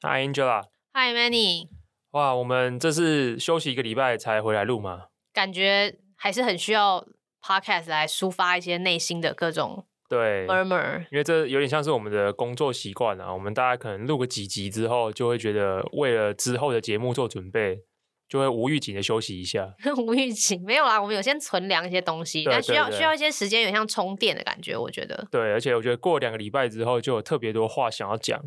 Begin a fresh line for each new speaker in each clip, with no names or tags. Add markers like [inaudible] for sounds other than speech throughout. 嗨，Angela，
Hi Manny，
哇，我们这次休息一个礼拜才回来录嘛？
感觉还是很需要 podcast 来抒发一些内心的各种
对，
murmur。 [laughs]
因为这有点像是我们的工作习惯啊。我们大家可能录个几集之后，就会觉得为了之后的节目做准备，就会无预警的休息一下。
无预警没有啦，我们有先存粮一些东西，
对
但需要
对对
需要一些时间，有点像充电的感觉。我觉得
对，而且我觉得过两个礼拜之后，就有特别多话想要讲，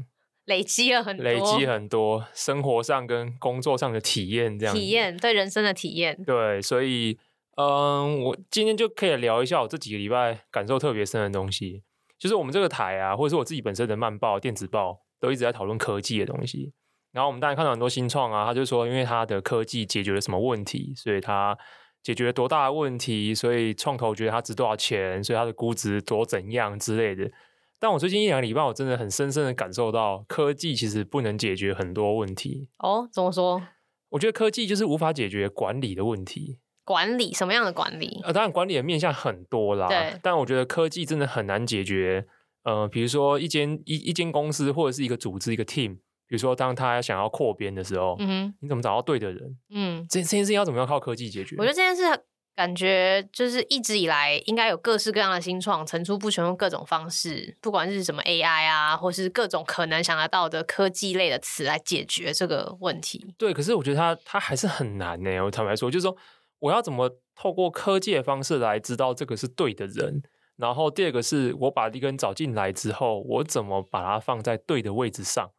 累积了很多
累积很多生活上跟工作上的体验，这样子
体验，对人生的体验。
对，所以嗯，我今天就可以聊一下我这几个礼拜感受特别深的东西，就是我们这个台啊，或者是我自己本身的慢报、电子报，都一直在讨论科技的东西。然后我们当然看到很多新创啊，他就说，因为他的科技解决了什么问题，所以他解决了多大的问题，所以创投觉得它值多少钱，所以它的估值多怎样之类的。但我最近一两个礼拜，我真的很深深的感受到，科技其实不能解决很多问题。
哦，怎么说？
我觉得科技就是无法解决管理的问题。
管理什么样的管理？
呃，当然管理的面向很多啦
对，
但我觉得科技真的很难解决。呃，比如说一间一一间公司或者是一个组织一个 team，比如说当他想要扩编的时候，
嗯哼，
你怎么找到对的人？
嗯，
这这件事情要怎么样靠科技解决？
我觉得这件事感觉就是一直以来应该有各式各样的新创层出不穷，用各种方式，不管是什么 AI 啊，或是各种可能想得到的科技类的词来解决这个问题。
对，可是我觉得它它还是很难呢、我坦白说，就是说我要怎么透过科技的方式来知道这个是对的人，然后第二个是我把一个人找进来之后，我怎么把它放在对的位置上，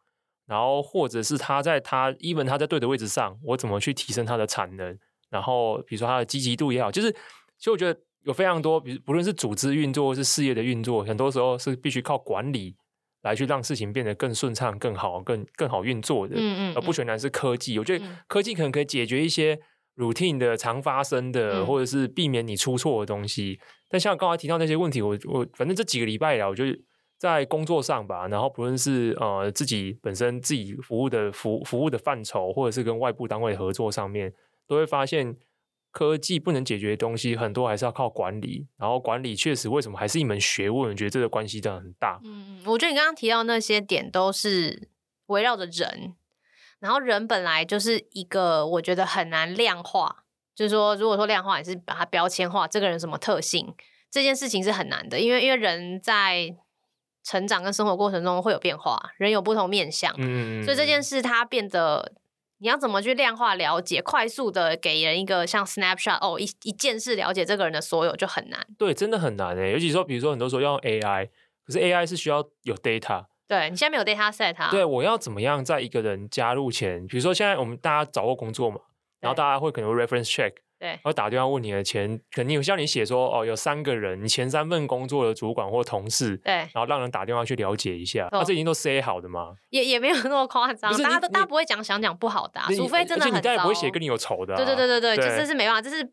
然后或者是他在他 even 他在对的位置上，我怎么去提升他的产能，然后比如说他的积极度也好，就是其实我觉得有非常多，比如不论是组织运作或是事业的运作，很多时候是必须靠管理来去让事情变得更顺畅、更好、更更好运作的。
嗯嗯，
而不
嗯
全然是科技。我觉得
嗯
科技可能可以解决一些 routine 的常发生的，
嗯
或者是避免你出错的东西。但像刚才提到那些问题，我我反正这几个礼拜以来，我就在工作上吧，然后不论是呃自己本身自己服务的服服务的范畴，或者是跟外部单位合作上面，都会发现。科技不能解决的东西，很多还是要靠管理。然后管理确实为什么还是一门学问？我觉得这个关系真的很大。
嗯，嗯，我觉得你刚刚提到那些点都是围绕着人，然后人本来就是一个我觉得很难量化，就是说，如果说量化，你是把它标签化，这个人什么特性，这件事情是很难的，因为因为人在成长跟生活过程中会有变化，人有不同面相，
嗯，
所以这件
事
事它变得。你要怎么去量化了解，快速的给人一个像 snapshot 哦，一一件事了解这个人的所有就很难。
对真的很难诶、尤其说，比如说很多时候要用 AI，可是 AI 是需要有 data，
对你现在没有 data set 啊？
对，我要怎么样在一个人加入前，比如说现在我们大家找过工作嘛，然后
对
大家会可能会 reference check，
对，
会打电话问你的前，可能有像你写说哦，有三个人，你前三份工作的主管或同事，
对，
然后让人打电话去了解一下，那、
懂
这已经都 say 好的嘛，
也也没有那么夸张
不，是
大家
你
都大家
你
不会讲想讲不好的、啊，
那
除
你
非
而
真
且
的
你
很
当然
糟。
不会写跟你有仇的、啊，
对对对对对，
对
这是没办法，这是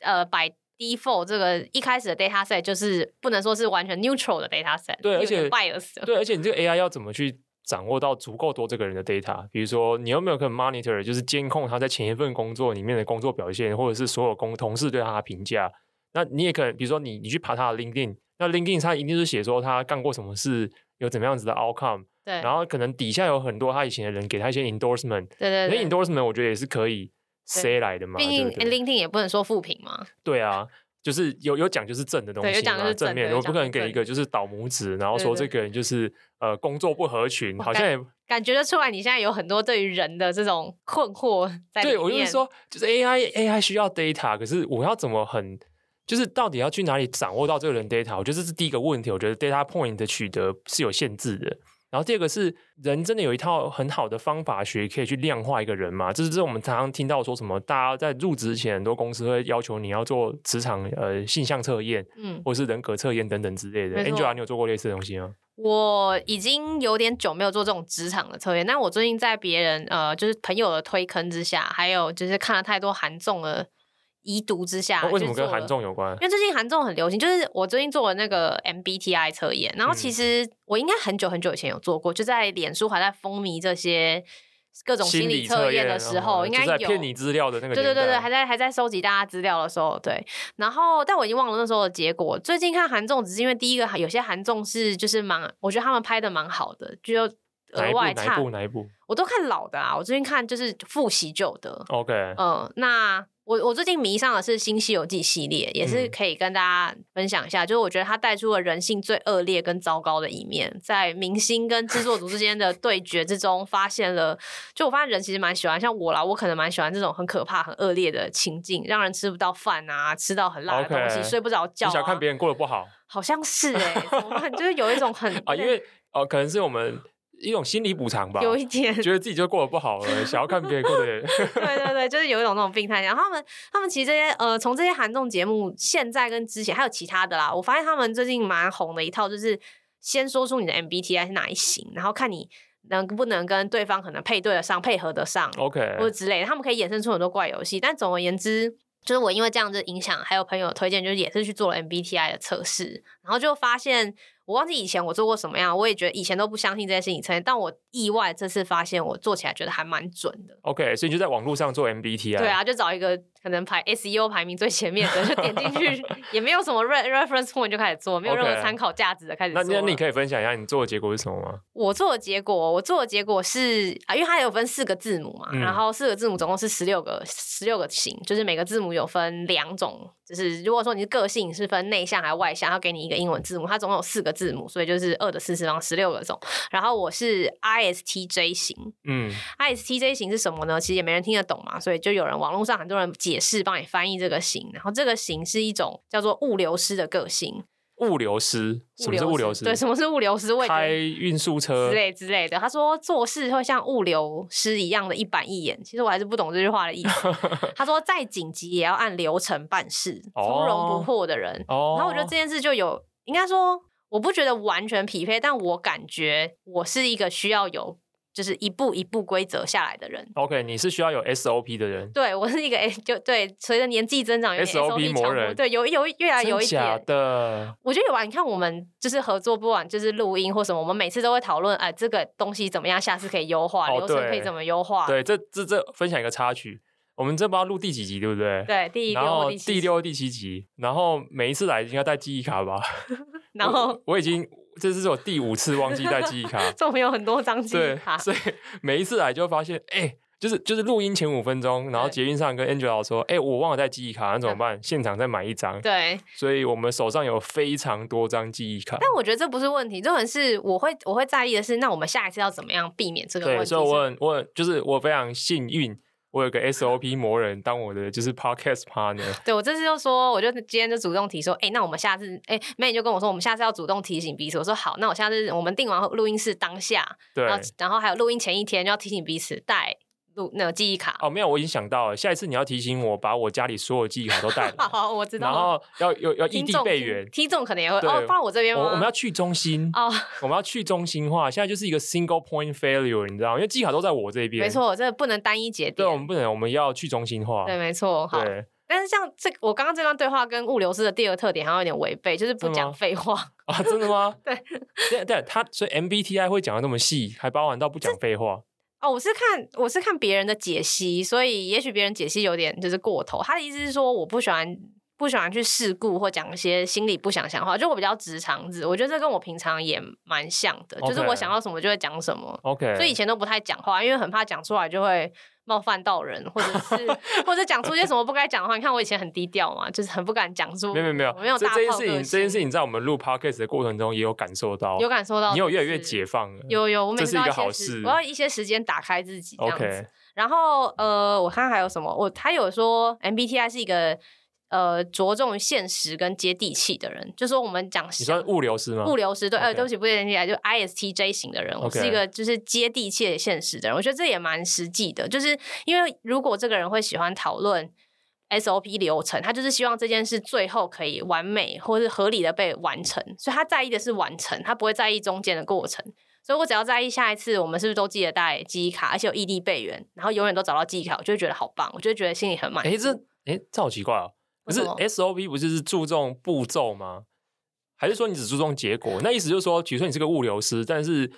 呃，by default 这个一开始的 data set 就是不能说是完全 neutral 的 data set，
对
有
而且
点 bias 的。 [laughs]
对，而且你这个 AI 要怎么去掌握到足够多这个人的 data？比如说，你有没有可能 monitor，就是监控他在前一份工作里面的工作表现，或者是所有工同事对他的评价？那你也可能，比如说你你去爬他的 LinkedIn，那 LinkedIn 他一定是写说他干过什么事，有怎么样子的 outcome，
对
然后可能底下有很多他以前的人给他一些 endorsement，
对
那
对对，
endorsement 我觉得也是可以
对
say 来的嘛，
毕
对
竟
不对？
LinkedIn 也不能说负评嘛，
对啊，就是有有讲就是正的东西
对
嘛，
有讲就是正
正面，
的有
我不可能
讲
给
就
一个就是倒拇指，然后
对
说
对
这个人就是呃工作不合群，
哇
好像也
感觉得出来你现在有很多对于人的这种困惑在里面。
对我就是，说，就是 AI AI 需要 data，可是我要怎么很就是到底要去哪里掌握到这个人 data？我觉得这是第一个问题，我觉得 data point 的取得是有限制的。然后第二个是人真的有一套很好的方法学可以去量化一个人嘛？就是这是我们常常听到说什么，大家在入职前很多公司会要求你要做职场呃性向测验，
嗯，
或是人格测验等等之类的。
没错
Angela，你有做过类似的东西吗？
我已经有点久没有做这种职场的测验，但我最近在别人呃，就是朋友的推坑之下，还有就是看了太多韩综的遗毒之下，
哦为什么
啊去
跟
做了
韩？综有关
因？为最近韩综很流行，就是我最近做的那个 MBTI 测验，然后
嗯
其实我应该很久很久以前有做过，就在脸书还在风靡这些各种心理测验的时候，
哦
应
就
该
在
有
骗你资料的那个
对对
年代
对对，还在还在收集大家资料的时候，对。然后，但我已经忘了那时候的结果。最近看韩综，只是因为第一个有些韩综是就是蛮，我觉得他们拍的蛮好的，就
哪
额
一部
外
哪一
差
部，哪一部
我都看老的啊，我最近看就是复习旧的。
？OK，
嗯，那我我最近迷上的是《新西游记》系列，也是
嗯
可以跟大家分享一下。就是我觉得它带出了人性最恶劣跟糟糕的一面，在明星跟制作组之间的对决之中，发现了。就我发现人其实蛮喜欢，像我啦，我可能蛮喜欢这种很可怕、很恶劣的情境，让人吃不到饭啊，吃到很辣的东西
OK
睡不着觉、
你
啊。
想看别人过得不
[laughs]
好
好像是哎、怎么办？就是有一种很
[laughs] 啊？因为哦、可能是我们一种心理补偿吧，
有一点
觉得自己就过得不好了，想要看别人过
[laughs]
得
对对对，就是有一种那种病态。然后他们他们其实这些呃，从这些韩综节目，现在跟之前还有其他的啦，我发现他们最近蛮红的一套，就是先说出你的 MBTI 是哪一型，然后看你能不能跟对方可能配对得上、配合得上，
哦 OK
或者之类的。他们可以衍生出很多怪游戏。但总而言之。就是我因为这样子影响，还有朋友推荐，就是也是去做了 MBTI 的测试，然后就发现我忘记以前我做过什么样，我也觉得以前都不相信这些事情测验，但我意外这次发现我做起来觉得还蛮准的。
OK，所以你就在网络上做 MBTI，
对啊，就找一个可能排 SEO 排名最前面的，就点进
[laughs]
去，也没有什么 re- reference point 就开始做，没有任何
OK
参考价值的开始
那
做
那
了。
那你可以分享一下你做的结果是什么吗？
我做的结果，我做的结果是啊，因为它有分四个字母嘛，
嗯
然后四个字母总共是十六个十六个型，就是每个字母有分两种，就是如果说你是个性是分内向还是外向，它给你一个英文字母，它总共有四个字母，所以就是二的四次方十六个种。然后我是 ISTJ 型，
嗯
ISTJ 型是什么呢？其实也没人听得懂嘛，所以就有人网络上很多人解释，帮你翻译这个型。然后这个型是一种叫做物流师的个性。
物流师，什么是物流师？
对，什么是物流师？我也觉
开
得
运输车
之类之类的。他说做事会像物流师一样的一板一眼。其实我还是不懂这句话的意
[laughs]
思。他说再紧急也要按流程办事，从容不迫的人。
哦。
然后我觉得这件事就有，应该说我不觉得完全匹配，但我感觉我是一个需要有就是一步一步规则下来的人。
OK，你是需要有 SOP 的人，
对我是一个 A，就对，随着年纪增长，有点
SOP
强
魔
迫
人
对，有有越来有一
真假
点。
的
我觉得有啊，你看我们就是合作，不管就是录音或什么，我们每次都会讨论，哎、这个东西怎么样，下次可以优化，
哦
流程可以
对
怎么优化。
对，这这这分享一个插曲，我们这不知道录第几集，对不对？
对第
然
六
后
第七
第，六、第七集，然后每一次来应该带记忆卡吧？
然后，
[laughs] 我我已经这是我第五次忘记带记忆卡
[laughs] 这我们有很多张记忆
对
卡，，
所以每一次来就会发现，哎、就是就是录音前五分钟，然后
对嗯
捷运上跟 Angela 说，哎、我忘了带记忆卡，那怎么办？现场再买一张。
对。
所以我们手上有非常多张记忆卡。
但我觉得这不是问题，重点是我会我会在意的是，那我们下一次要怎么样避免这个问
对，
题？
所以我很我很就是我非常幸运，我有个 SOP 魔人当我的就是 podcast partner。 [laughs]
对我这次就说，我就今天就主动提说，哎、那我们下次，哎、妹就跟我说，我们下次要主动提醒彼此。我说好，那我下次我们定完录音室当下，
对
然，后然后还有录音前一天就要提醒彼此带录那个记忆卡。
哦，没有，我已经想到了，下一次你要提醒我把我家里所有记忆卡都带来，
好，我 [laughs] 知道
然
了。
后要要
[laughs]
要异
听
地
众
备
听
援。
听众可能也会
对
哦，放我这边
我
吗？
我们要去中心，
哦，
我们要去中心化。现在就是一个 single point failure，你知道吗？因为记忆卡都在我这边，
没。错，这不能单一节
对，我们
点。
不能，我们要去中心化。
对，没错，好。
对，
但是像这，我刚刚这段对话跟物流师的第二个特点好像有点违背，就是不
真的
讲
吗
废话。
啊，真的吗？
[laughs] 对
对对，他所以 MBTI 会讲的那么细，还包含到不讲废话。
哦，我是看我是看别人的解析，所以也许别人解析有点就是过头。他的意思是说，我不喜欢不喜欢去事故或讲一些心里不想讲的话，就我比较直肠子。我觉得这跟我平常也蛮像的，就是
OK
我想到什么就会讲什么。
OK，
所以以前都不太讲话，因为很怕讲出来就会冒犯到人，或者是或者讲出一些什么不该讲的话。你看我以前很低调嘛，就是很不敢讲出。
没有没有
我
没
没有
这
大
这件
炮
事情
个
这件事
性
情在我们录 podcast 的过程中也有感受到，
有感受到，
你有越来越
就是
解放了。
有有，我每
这
次
是
都
一
要
个
一些
好
时
事
我要一些时间打开自己这样子。
OK
然后呃，我看还有什么？我他有说 MBTI 是一个呃着重于现实跟接地气的人，就说我们讲
你说物流师吗？
物流师对，呃，
OK
对不起，不是 MBTI，就 ISTJ 型的人，我
OK
是一个就是接地气的现实的人，我觉得这也蛮实际的，就是因为如果这个人会喜欢讨论。SOP 流程，他就是希望这件事最后可以完美或是合理的被完成，所以他在意的是完成，他不会在意中间的过程。所以我只要在意下一次我们是不是都记得带记忆卡，而且有异地备援，然后永远都找到记忆卡，我就会觉得好棒，我就会觉得心里很满足。
哎，这哎这好奇怪哦。可
为
是
什么
SOP 不就是注重步骤吗？还是说你只注重结果？那意思就是说，比如说你是个物流师，但是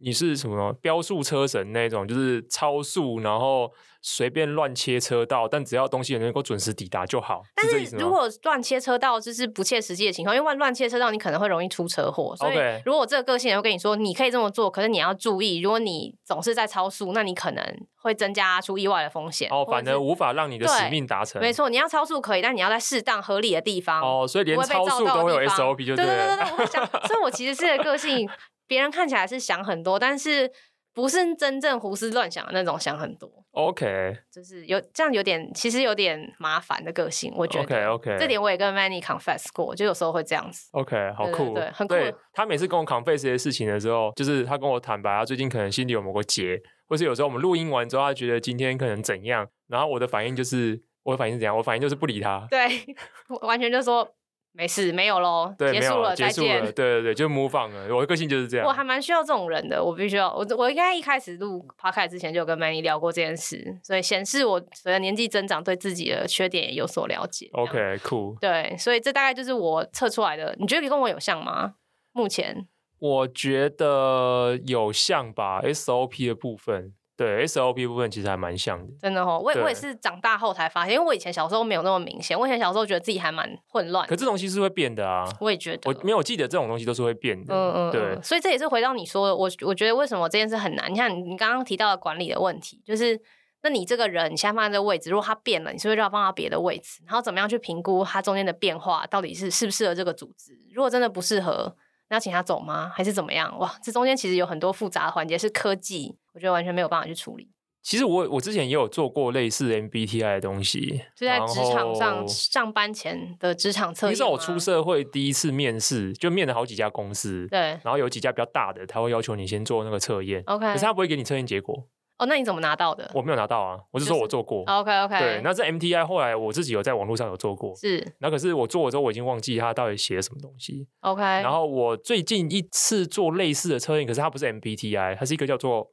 你是什么标速车神那种，就是超速，然后随便乱切车道，但只要东西能够准时抵达就好，
但
是这意
是
思
如
吗？
果乱切车道，就是不切实际的情况，因为乱切车道你可能会容易出车祸。所以
OK
如果我这个个性人会跟你说，你可以这么做，可是你要注意，如果你总是在超速，那你可能会增加出意外的风险。
哦，
或者
反而
是
无法让你的
对
使命达成，
没。错，你要超速可以，但你要在适当合理的地方。
哦，所以连
不会被
超速
照到
都
的
会有
地方
SOP 就
对
了。
对对，我会想，所以我其实是个个性，别人看起来是想很多，但是不是真正胡思乱想的那种想很多，
OK
就是有这样有点，其实有点麻烦的个性，我觉得。
OK OK，
这点我也跟 Manny confess 过，就有时候会这样子。
OK，好
对对
酷，
对很酷
他每次跟我 confess 这些事情的时候，就是他跟我坦白，他啊最近可能心里有某个结，或是有时候我们录音完之后，他觉得今天可能怎样，然后我的反应就是，我的反应是怎样？我反应就是不理他，
对， [laughs] 我完全就说没事，没有喽，
对，
结
没
束
有啊
了，
结
再
束了，对
见。
对对，就 move on 了。我的个性就是这样
我。还蛮需要这种人的，我必须要，我我应该一开始录 p o d 之前就有跟 Manny 聊过这件事，所以显示我随着年纪增长，对自己的缺点也有所了解。这样
OK，酷。
对，所以这大概就是我测出来的。你觉得你跟我有像吗？目前
[laughs] 我觉得有像吧，SOP 的部分，对 SOP 部分其实还蛮像的。
真的哦，我也
对
我也是长大后才发现，因为我以前小时候没有那么明显，我以前小时候觉得自己还蛮混乱
可
的，
这东西是会变的啊，
我也觉得
我没有记得这种东西都是会变的。
嗯嗯，
对
嗯，所以这也是回到你说的，我我觉得为什么这件事很难？你看你你刚刚提到的管理的问题，就是那你这个人你现在放在这个位置，如果他变了，你是不是要放到别的位置？然后怎么样去评估他中间的变化到底是适不适合这个组织？如果真的不适合，那要请他走吗？还是怎么样？哇，这中间其实有很多复杂的环节，是科技，我觉得完全没有办法去处理。
其实我我之前也有做过类似 MBTI 的东西，
就在
然
职场上
后
上班前的职场测
那
验
时候我
吗
出社会第一次面试，就面了好几家公司，
对哦
然后有几家比较大的，他会要求你先做那个测验，
，OK，
可是他不会给你测验结果，
哦，那你怎么拿到的
我没有拿到啊，我是说我做过。
？OK OK，
对，那这 MTI 后来我自己有在网络上有做过，
是
那可是我做了之后我已经忘记它到底写了什么东西。
OK，
然后我最近一次做类似的测验，可是它不是 MBTI，它是一个叫做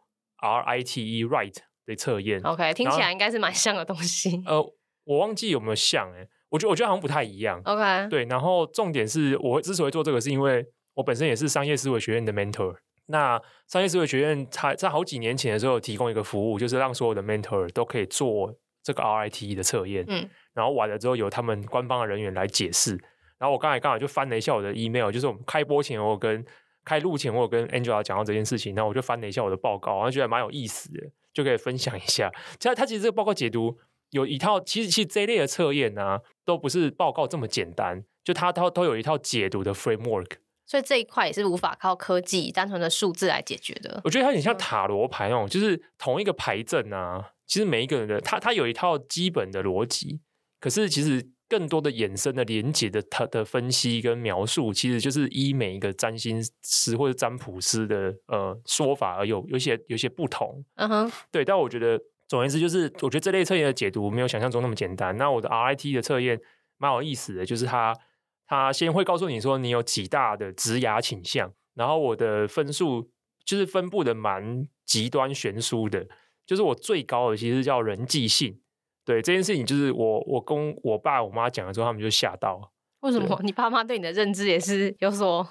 RITE Right E 的测验。
OK，听
然
起
后
来应该是蛮像的东西。
呃，我忘记有没有像哎、我觉得我觉得好像不太一样。
OK，
对，然后重点是我之所以做这个，是因为我本身也是商业思维学院的 mentor。那商业思维学院它在好几年前的时候有提供一个服务，就是让所有的 mentor 都可以做这个 RIT E 的测验，
嗯，
然后完了之后由他们官方的人员来解释。然后我刚才刚好就翻了一下我的 email，就是我们开播前我有跟开录前我有跟 Angela 讲到这件事情，然后我就翻了一下我的报告，然后觉得蛮有意思的，就可以分享一下。其实它其实这个报告解读有一套，其实其实这一类的测验啊呢、都不是报告这么简单，就它它都有一套解读的 framework。
所以这一块也是无法靠科技单纯的数字来解决的。
我觉得它有点像塔罗牌哦，就是同一个牌阵啊，其实每一个人的它它有一套基本的逻辑，可是其实更多的衍生的连接的它的分析跟描述，其实就是依每一个占星师或者占卜师的呃说法而有有一些有一些不同。
嗯哼，
对，但我觉得总而言之，就是我觉得这类测验的解读没有想象中那么简单。那我的 RIT 的测验蛮有意思的，就是它它先会告诉你说你有几大的职涯倾向，然后我的分数就是分布的蛮极端悬殊的，就是我最高的其实叫人际性。对这件事情，就是我我跟我爸我妈讲的时候，他们就吓到。
为什么你爸妈对你的认知也是有所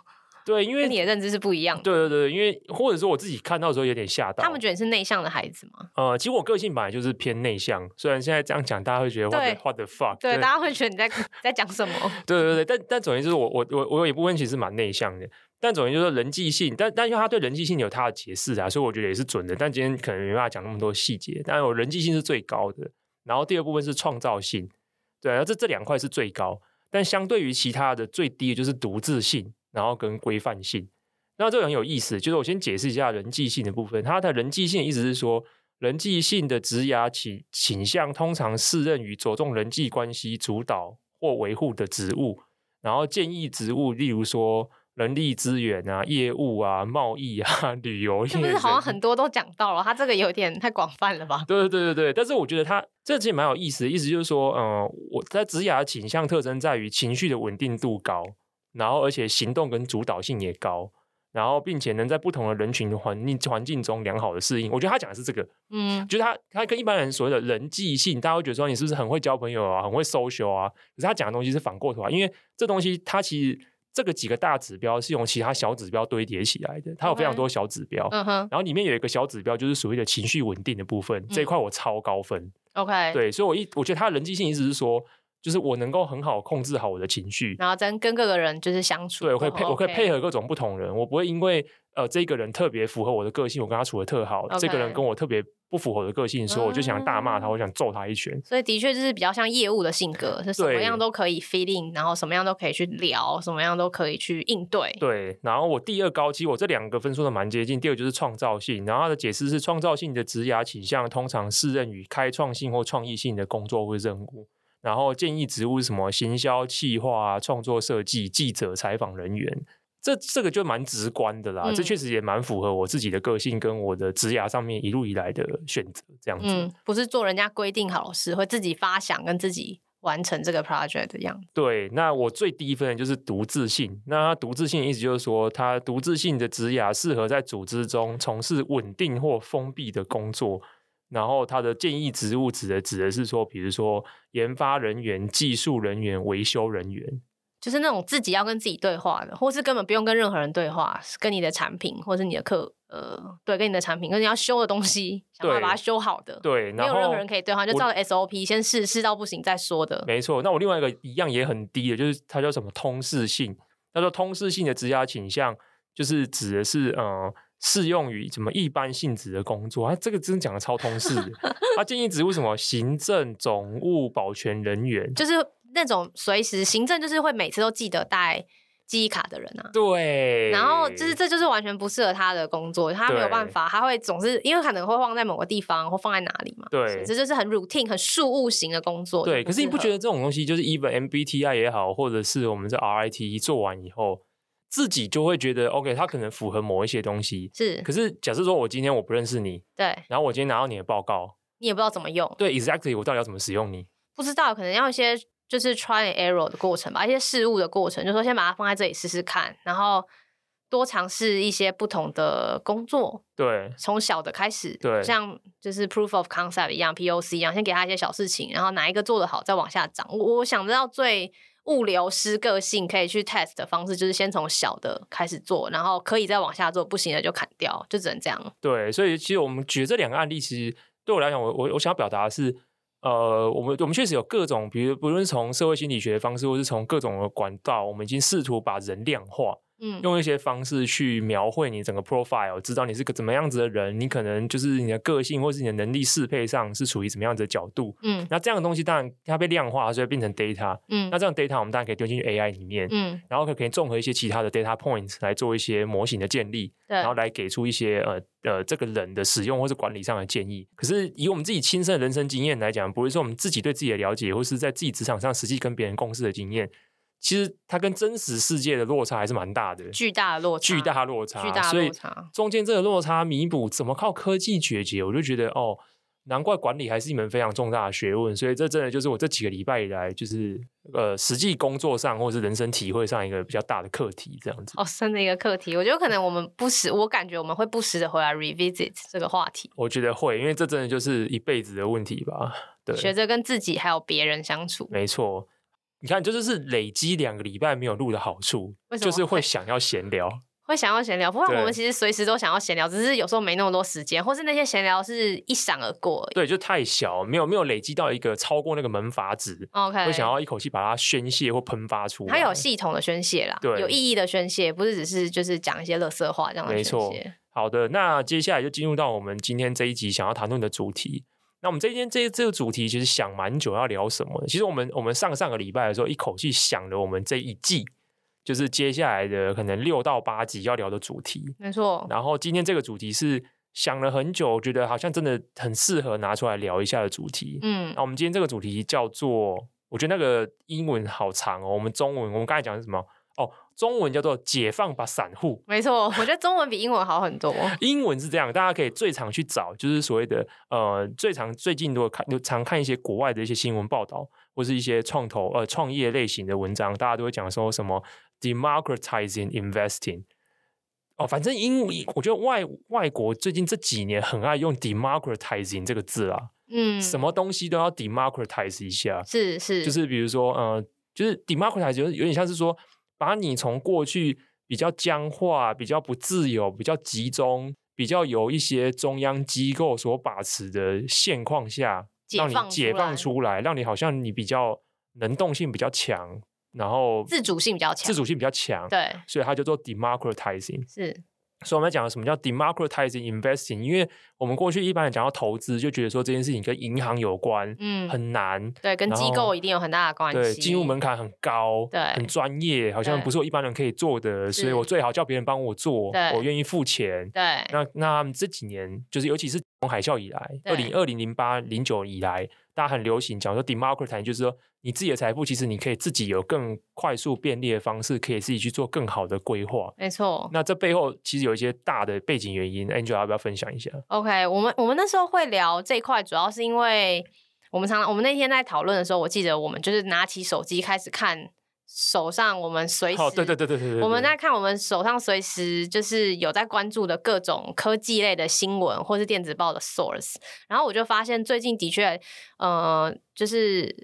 对，因为
跟你的认知是不一样的？
对对对，因为或者说我自己看到的时候有点吓到。
他们觉得你是内向的孩子吗？
呃，其实我个性本来就是偏内向，虽然现在这样讲，大家会觉得
对
what the, what the fuck，
对，大家会觉得你在在讲什么？
[laughs] 对对对，但但总而言之，我我我我有一部分其实蛮内向的，但总而言之，人际性，但但因为他对人际性有他的解释啊，所以我觉得也是准的。但今天可能没办法讲那么多细节，但我人际性是最高的，然后第二部分是创造性，对、啊，然后这这两块是最高，但相对于其他的最低的就是独自性，然后跟规范性。那这个很有意思，就是我先解释一下人际性的部分。它的人际性的意思是说，人际性的职涯倾倾向通常适任于着重人际关系主导或维护的职务，然后建议职务，例如说人力资源啊、业务啊、贸易啊、旅游业
是
人，
不是好像很多都讲到了？他这个有点太广泛了吧？
对对对对对，但是我觉得他这其实蛮有意思的，意思就是说，嗯、我在职涯的倾向特征在于情绪的稳定度高，然后而且行动跟主导性也高，然后并且能在不同的人群环境环境中良好的适应。我觉得他讲的是这个，
嗯，
就是他他跟一般人所谓的人际性，大家会觉得说你是不是很会交朋友啊，很会 social 啊，可是他讲的东西是反过头来，因为这东西它其实这个几个大指标是用其他小指标堆叠起来的，它有非常多小指标。
嗯哼
然后里面有一个小指标，就是所谓的情绪稳定的部分，这一块我超高分。
，OK，，
对，所以我一我觉得他的人际性一直是说，就是我能够很好控制好我的情绪，
然后咱跟各个人就是相处，
对，我可以配我可以配
合，
合各种不同人，我不会因为呃这个人特别符合我的个性，我跟他处的特好这个人
OK
跟我特别不符合我的个性，所以我就想大骂他，我想揍他一拳。
所以的确就是比较像业务的性格，是什么
对
样都可以 feeling，然后什么样都可以去聊，什么样都可以去应对，
对，然后我第二高，其实我这两个分数都蛮接近。第二个就是创造性，然后他的解释是创造性的职涯倾向通常适任于开创性或创意性的工作或任务。然后建议职务是什么行销、企划、啊、创作设计、记者、采访人员，这这个就蛮直观的啦。这
嗯
确实也蛮符合我自己的个性跟我的职涯上面一路以来的选择，这样子。
嗯，不是做人家规定好的事，会自己发想跟自己完成这个 project 的样子。
对，那我最低分的就是独自性。那它独自性的意思就是说，它独自性的职涯适合在组织中从事稳定或封闭的工作。然后它的建议职务指的指的是说，比如说研发人员、技术人员、维修人员。
就是那种自己要跟自己对话的，或是根本不用跟任何人对话，是跟你的产品或是你的客，呃，对，跟你的产品，跟你要修的东西，想办法
对
把它修好的。，
对，
没
然
有
后
任何人可以对话，就
我
照着 SOP 先试，试到不行再说的。
没错，那我另外一个一样也很低的，就是它叫什么通视性。他说通视性的职涯倾向，就是指的是呃适用于什么一般性质的工作。他啊这个真的讲的超通识的。他建议职务什么行政、总务、保全人员。
就是那种随时行政，就是会每次都记得带记忆卡的人啊。
对，
然后就是这就是完全不适合他的工作，他没有办法，他会总是因为可能会放在某个地方或放在哪里嘛。
对
这就是很 routine、很事务型的工作。
对。
就
可是你不
适合
觉得这种东西，就是 even MBTI 也好，或者是我们这 RIT E 做完以后，自己就会觉得 OK，它可能符合某一些东西。
是
可？是假设说我今天我不认识你，
对
然后我今天拿到你的报告，
你也不知道怎么用，
对，exactly，我到底要怎么使用你？
不知道可能要一些就是 try and error 的过程吧，一些事物的过程，就说先把它放在这里试试看，然后多尝试一些不同的工作，
对
从小的开始，
对
像就是 proof of concept 一样，POC 一样，先给他一些小事情，然后哪一个做得好，再往下长。我我想知道最物流师个性可以去 test 的方式，就是先从小的开始做，然后可以再往下做，不行的就砍掉，就只能这样。
对，所以其实我们举这两个案例，其实对我来讲，我我我想要表达的是，呃，我们我们确实有各种，比如不论是从社会心理学的方式，或是从各种的管道，我们已经试图把人量化，
嗯，
用一些方式去描绘你整个 profile，知道你是个怎么样子的人，你可能就是你的个性或是你的能力适配上是处于怎么样子的角度。
嗯
那这样的东西当然它被量化，它就会变成 data。
嗯
那这样 data 我们当然可以丢进去 AI 里面，
嗯，
然后可可以综合一些其他的 data points 来做一些模型的建立。
对
然后来给出一些呃呃这个人的使用或是管理上的建议。可是以我们自己亲身的人生经验来讲，不是说我们自己对自己的了解，或是在自己职场上实际跟别人共事的经验，其实它跟真实世界的落差还是蛮大的，
巨大的落差，
巨大落差，
巨大
所
落
以
差
中间这个落差弥补怎么靠科技解决？我就觉得哦。难怪管理还是一门非常重大的学问，所以这真的就是我这几个礼拜以来，就是呃，实际工作上或是人生体会上一个比较大的课题，这样子。
好哦深的一个课题。我觉得可能我们不时，我感觉我们会不时的回来 revisit 这个话题，
我觉得会，因为这真的就是一辈子的问题吧。对，
学着跟自己还有别人相处。
[laughs] 没错。你看，这就是累积两个礼拜没有录的好处
为，什
就
么
是会
[laughs]
想要闲聊。
会想要闲聊，不过
对
我们其实随时都想要闲聊，只是有时候没那么多时间，或是那些闲聊是一闪而过而已。
对，就太小，没有没有累积到一个超过那个门阀值，
OK，
会想要一口气把它宣泄或喷发出来。
它有系统的宣泄啦，
对
有意义的宣泄，不是只是就是讲一些垃圾话这样的
没
宣
错
泄。
好的，那接下来就进入到我们今天这一集想要谈论的主题。那我们这一天这这个主题其实想蛮久要聊什么的。其实我们我们上上个礼拜的时候一口气想了我们这一季，就是接下来的可能六到八集要聊的主题。
没错，
然后今天这个主题是想了很久，觉得好像真的很适合拿出来聊一下的主题。
嗯
那我们今天这个主题叫做，我觉得那个英文好长哦。我们中文我们刚才讲的是什么？哦，中文叫做解放吧散户。
没错，我觉得中文比英文好很
[laughs]
多。
英文是这样，大家可以最常去找，就是所谓的呃，最常最近如果看就常看一些国外的一些新闻报道，或是一些创投呃创业类型的文章，大家都会讲说什么 democratizing investing。哦，反正英我觉得外外国最近这几年很爱用 democratizing 这个字啦，
嗯，
什么东西都要 democratize 一下，
是是
就是比如说呃，就是 democratize 有有点像是说。把你从过去比较僵化、比较不自由、比较集中、比较有一些中央机构所把持的现况下，
解
让你
放出
解放
来
出来，让你好像你比较能动性比较强，然后
自主性比较强
自主性比较强，
对，
所以它叫做 democratizing。
是
所以我们要讲的什么叫 democratizing investing，因为我们过去一般人讲到投资，就觉得说这件事情跟银行有关，
嗯，
很难，
对，跟
然
机
后
构一定有很大的关
对，
系。
进入门槛很高，
对
很专业，好像
对
不是我一般人可以做的，所以
是
我最好叫别人帮我做，
对
我愿意付钱。
对，
那那他们这几年，就是尤其是从海啸以来，
对
二零二零零八零九以来，大家很流行讲说 democratize，就是说你自己的财富，其实你可以自己有更快速便利的方式，可以自己去做更好的规划。
没错。
那这背后其实有一些大的背景原因，Angela 要不要分享一下？
OK，我们我们那时候会聊这一块，主要是因为我们常常我们那天在讨论的时候，我记得我们就是拿起手机开始看手上我们随时、
好，哦对对对对对对，
我们
对
在看我们手上随时就是有在关注的各种科技类的新闻或是电子报的 source，然后我就发现最近的确，呃，就是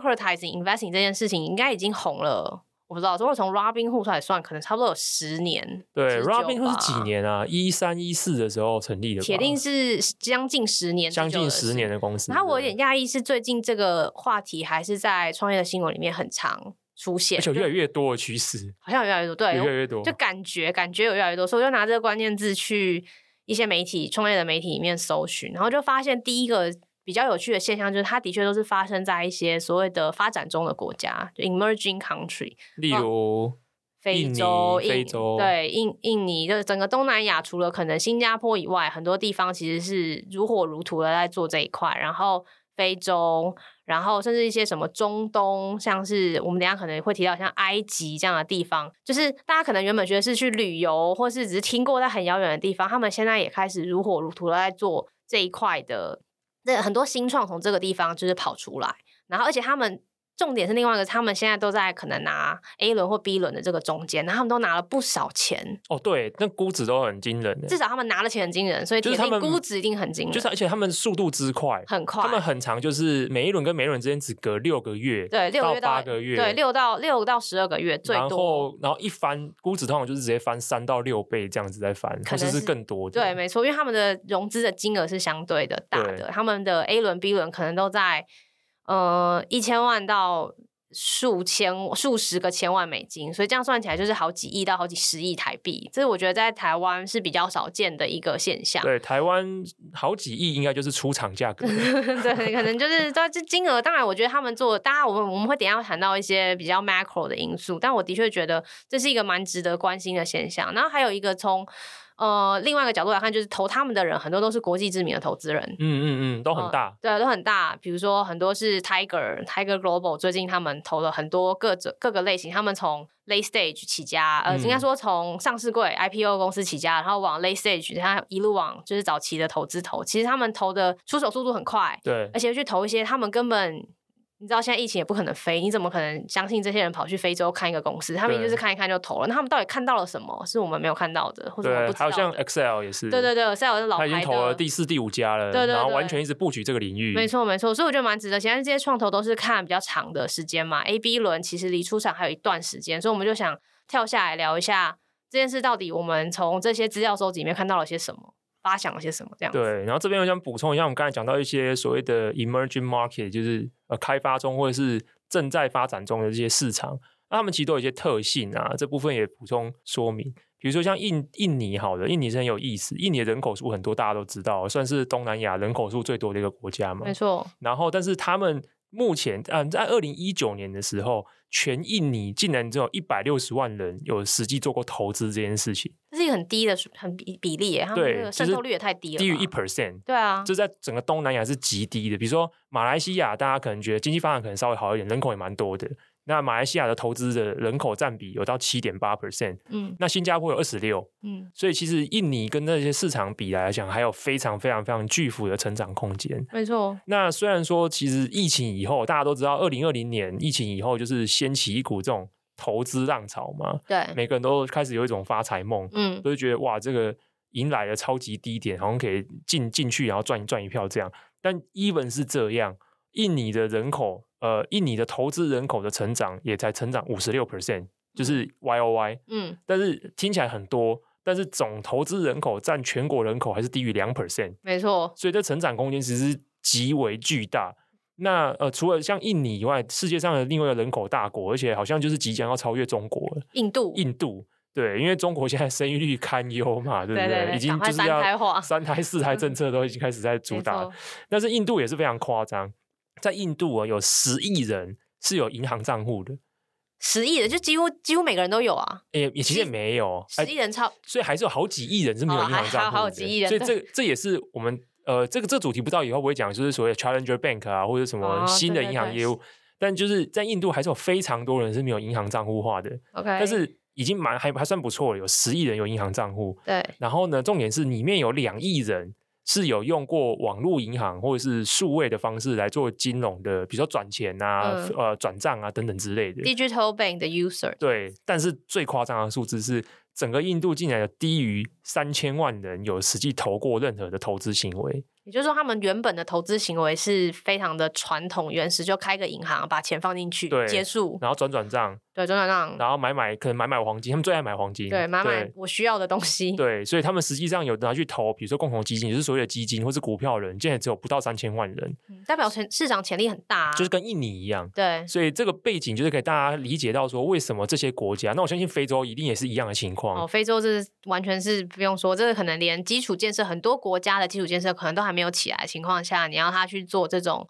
democratizing investing 这件事情应该已经红了。我不知道，如果从 Robinhood 来算，可能差不多有十年。
对
19
Robinhood
吧
是几？年啊？一三一四的时候成立的吧，
铁定是将近十年，
哦将近十年。的公司。
然后我有
对
点讶异，是最近这个话题还是在创业的新闻里面很常出现，
而且越来越多的趋势，
好像有越来越多，对，
有越来越多。
就感觉感觉有越来越多，所以我就拿这个关键字去一些媒体创业的媒体里面搜寻，然后就发现第一个比较有趣的现象就是，它的确都是发生在一些所谓的发展中的国家，就 emerging country，
例如，
嗯非
印尼
洲、印
非洲
对印印尼，就是整个东南亚，除了可能新加坡以外，很多地方其实是如火如荼的在做这一块。然后非洲，然后甚至一些什么中东，像是我们等一下可能会提到像埃及这样的地方，就是大家可能原本觉得是去旅游，或是只是听过在很遥远的地方，他们现在也开始如火如荼的在做这一块的。那很多新创从这个地方就是跑出来。然后而且他们重点是另外一个，他们现在都在可能拿 A 轮或 B 轮的这个中间，然后他们都拿了不少钱，
哦，对，那估值都很惊人的，
至少他们拿了钱很惊人，所以
就是
铁
他
定
们
估值一定很惊人，
就是而且他们速度之快，
很快
他。们很长，就是每一轮跟每一轮之间只隔六个月，
对，六个月
八个月，
对，六到六到十二个月最
然
多。
后然后一翻估值通常就是直接翻三到六倍这样子再翻，
可
或
能
者
是
是更多的。
对，没错，因为他们的融资的金额是相对的大
对
的，他们的 A 轮、B 轮可能都在呃一千万到数千、数十个千万美金，所以这样算起来就是好几亿到好几十亿台币，这是我觉得在台湾是比较少见的一个现象。
对台湾好几亿应该就是出厂价格了，
对，可能就是这这金额。当然，我觉得他们做，大家我们我们会等一下谈到一些比较 macro 的因素，但我的确觉得这是一个蛮值得关心的现象。然后还有一个从呃另外一个角度来看，就是投他们的人很多都是国际知名的投资人。
嗯嗯嗯，都很大。
对，啊都很大。比如说，很多是 Tiger、Tiger Global，最近他们投了很多各种各个类型，他们从 late stage 起家，呃，
嗯
应该说从上市柜 IPO 公司起家，然后往 late stage，他一路往就是早期的投资投。其实他们投的出手速度很快，
对
[laughs] 而且去投一些他们根本。你知道现在疫情也不可能飞，你怎么可能相信这些人跑去非洲看一个公司？他们
对
就是看一看就投了。那他们到底看到了什么？是我们没有看到的，或者我们
对，
不知
还
道
有像
的
Excel 也是，
对对对，赛我是老
他
牌
已
的，
经投了第四、第五家了，
对对
然后完
对
全一直布局这个领域，
没错没错，所以我觉得蛮值得期待。现在这些创投都是看比较长的时间嘛，A、B 轮其实离出场还有一段时间，所以我们就想跳下来聊一下这件事到底我们从这些资料收集里面看到了些什么，发想了些什么这样子。
对，然后这边我想补充一下，我们刚才讲到一些所谓的 emerging market，就是呃开发中或者是正在发展中的这些市场，那他们其实都有一些特性啊，这部分也补充说明。比如说像印印尼，好的，印尼是很有意思，印尼的人口数很多，大家都知道，算是东南亚人口数最多的一个国家嘛
没。错，
然后，但是他们目前，嗯、在二零一九年的时候，全印尼竟然只有一百六十万人有实际做过投资这件事情，
这是一个很低的数很比比例耶，他们这
对，
个
就
渗
是
透率也太低了，
低于一。percent。
对啊，
这在整个东南亚是极低的。比如说马来西亚，大家可能觉得经济发展可能稍微好一点，人口也蛮多的。那马来西亚的投资的人口占比有到七点八 percent，
嗯
那新加坡有二十六，
嗯，
所以其实印尼跟那些市场比来讲，还有非常非常非常巨幅的成长空间。
没错，
那虽然说，其实疫情以后，大家都知道，二零二零年疫情以后就是掀起一股这种投资浪潮嘛，
对，
每个人都开始有一种发财梦，
嗯，
都会觉得哇，这个迎来了超级低点，好像可以进进去，然后赚一赚一票这样。但 even 是这样，印尼的人口，呃，印尼的投资人口的成长也才成长五十六 percent，就是 Y O Y，
嗯，
但是听起来很多，但是总投资人口占全国人口还是低于两 percent，
没错，
所以这成长空间其实是极为巨大。那呃，除了像印尼以外，世界上的另外一个人口大国，而且好像就是即将要超越中国了，
印度
印度。对，因为中国现在生育率堪忧嘛，对不
对对对
已
赶
经
快
就是
三
要
胎化嗯
三胎、四胎政策都已经开始在主
没
打
错，
但是印度也是非常夸张，在印度啊，有十亿人是有银行账户的，
十亿人就几乎几乎每个人都有啊，
也也其实也没有，
十
哎
亿人超
所以还是有好几亿人是没有
哦
银行
还
账户的，
还有几亿人
所以这
对
这也是我们呃这个这个主题不知道以后会不会讲，就是所谓的 Challenger Bank 啊，或者什么
哦
新的
对
银
对
行
对
业务，但就是在印度还是有非常多人是没有银行账户化的，
OK，
但是已经蛮还还算不错了，有十亿人有银行账户，
对
然后呢，重点是里面有两亿人是有用过网络银行或者是数位的方式来做金融的，比如说转钱啊、
嗯
呃转账啊等等之类的。
digital bank 的 user，
对，但是最夸张的数字是，整个印度竟然有低于三千万人有实际投过任何的投资行为。
也就是说他们原本的投资行为是非常的传统原始，就开个银行把钱放进去
对
结束，
然后转转账，
对，转转让，
然后买买，可能买买黄金，他们最爱买黄金，
对，买买我需要的东西，
对，所以他们实际上有拿去投，比如说共同基金，就是所谓的基金或是股票人，竟然只有不到三千万人，
嗯代表市市场潜力很大、啊，
就是跟印尼一样。
对，
所以这个背景就是给大家理解到说，为什么这些国家，那我相信非洲一定也是一样的情况。
哦，非洲这是完全是不用说，这个可能连基础建设很多国家的基础建设可能都还没有起来的情况下，你要他去做这种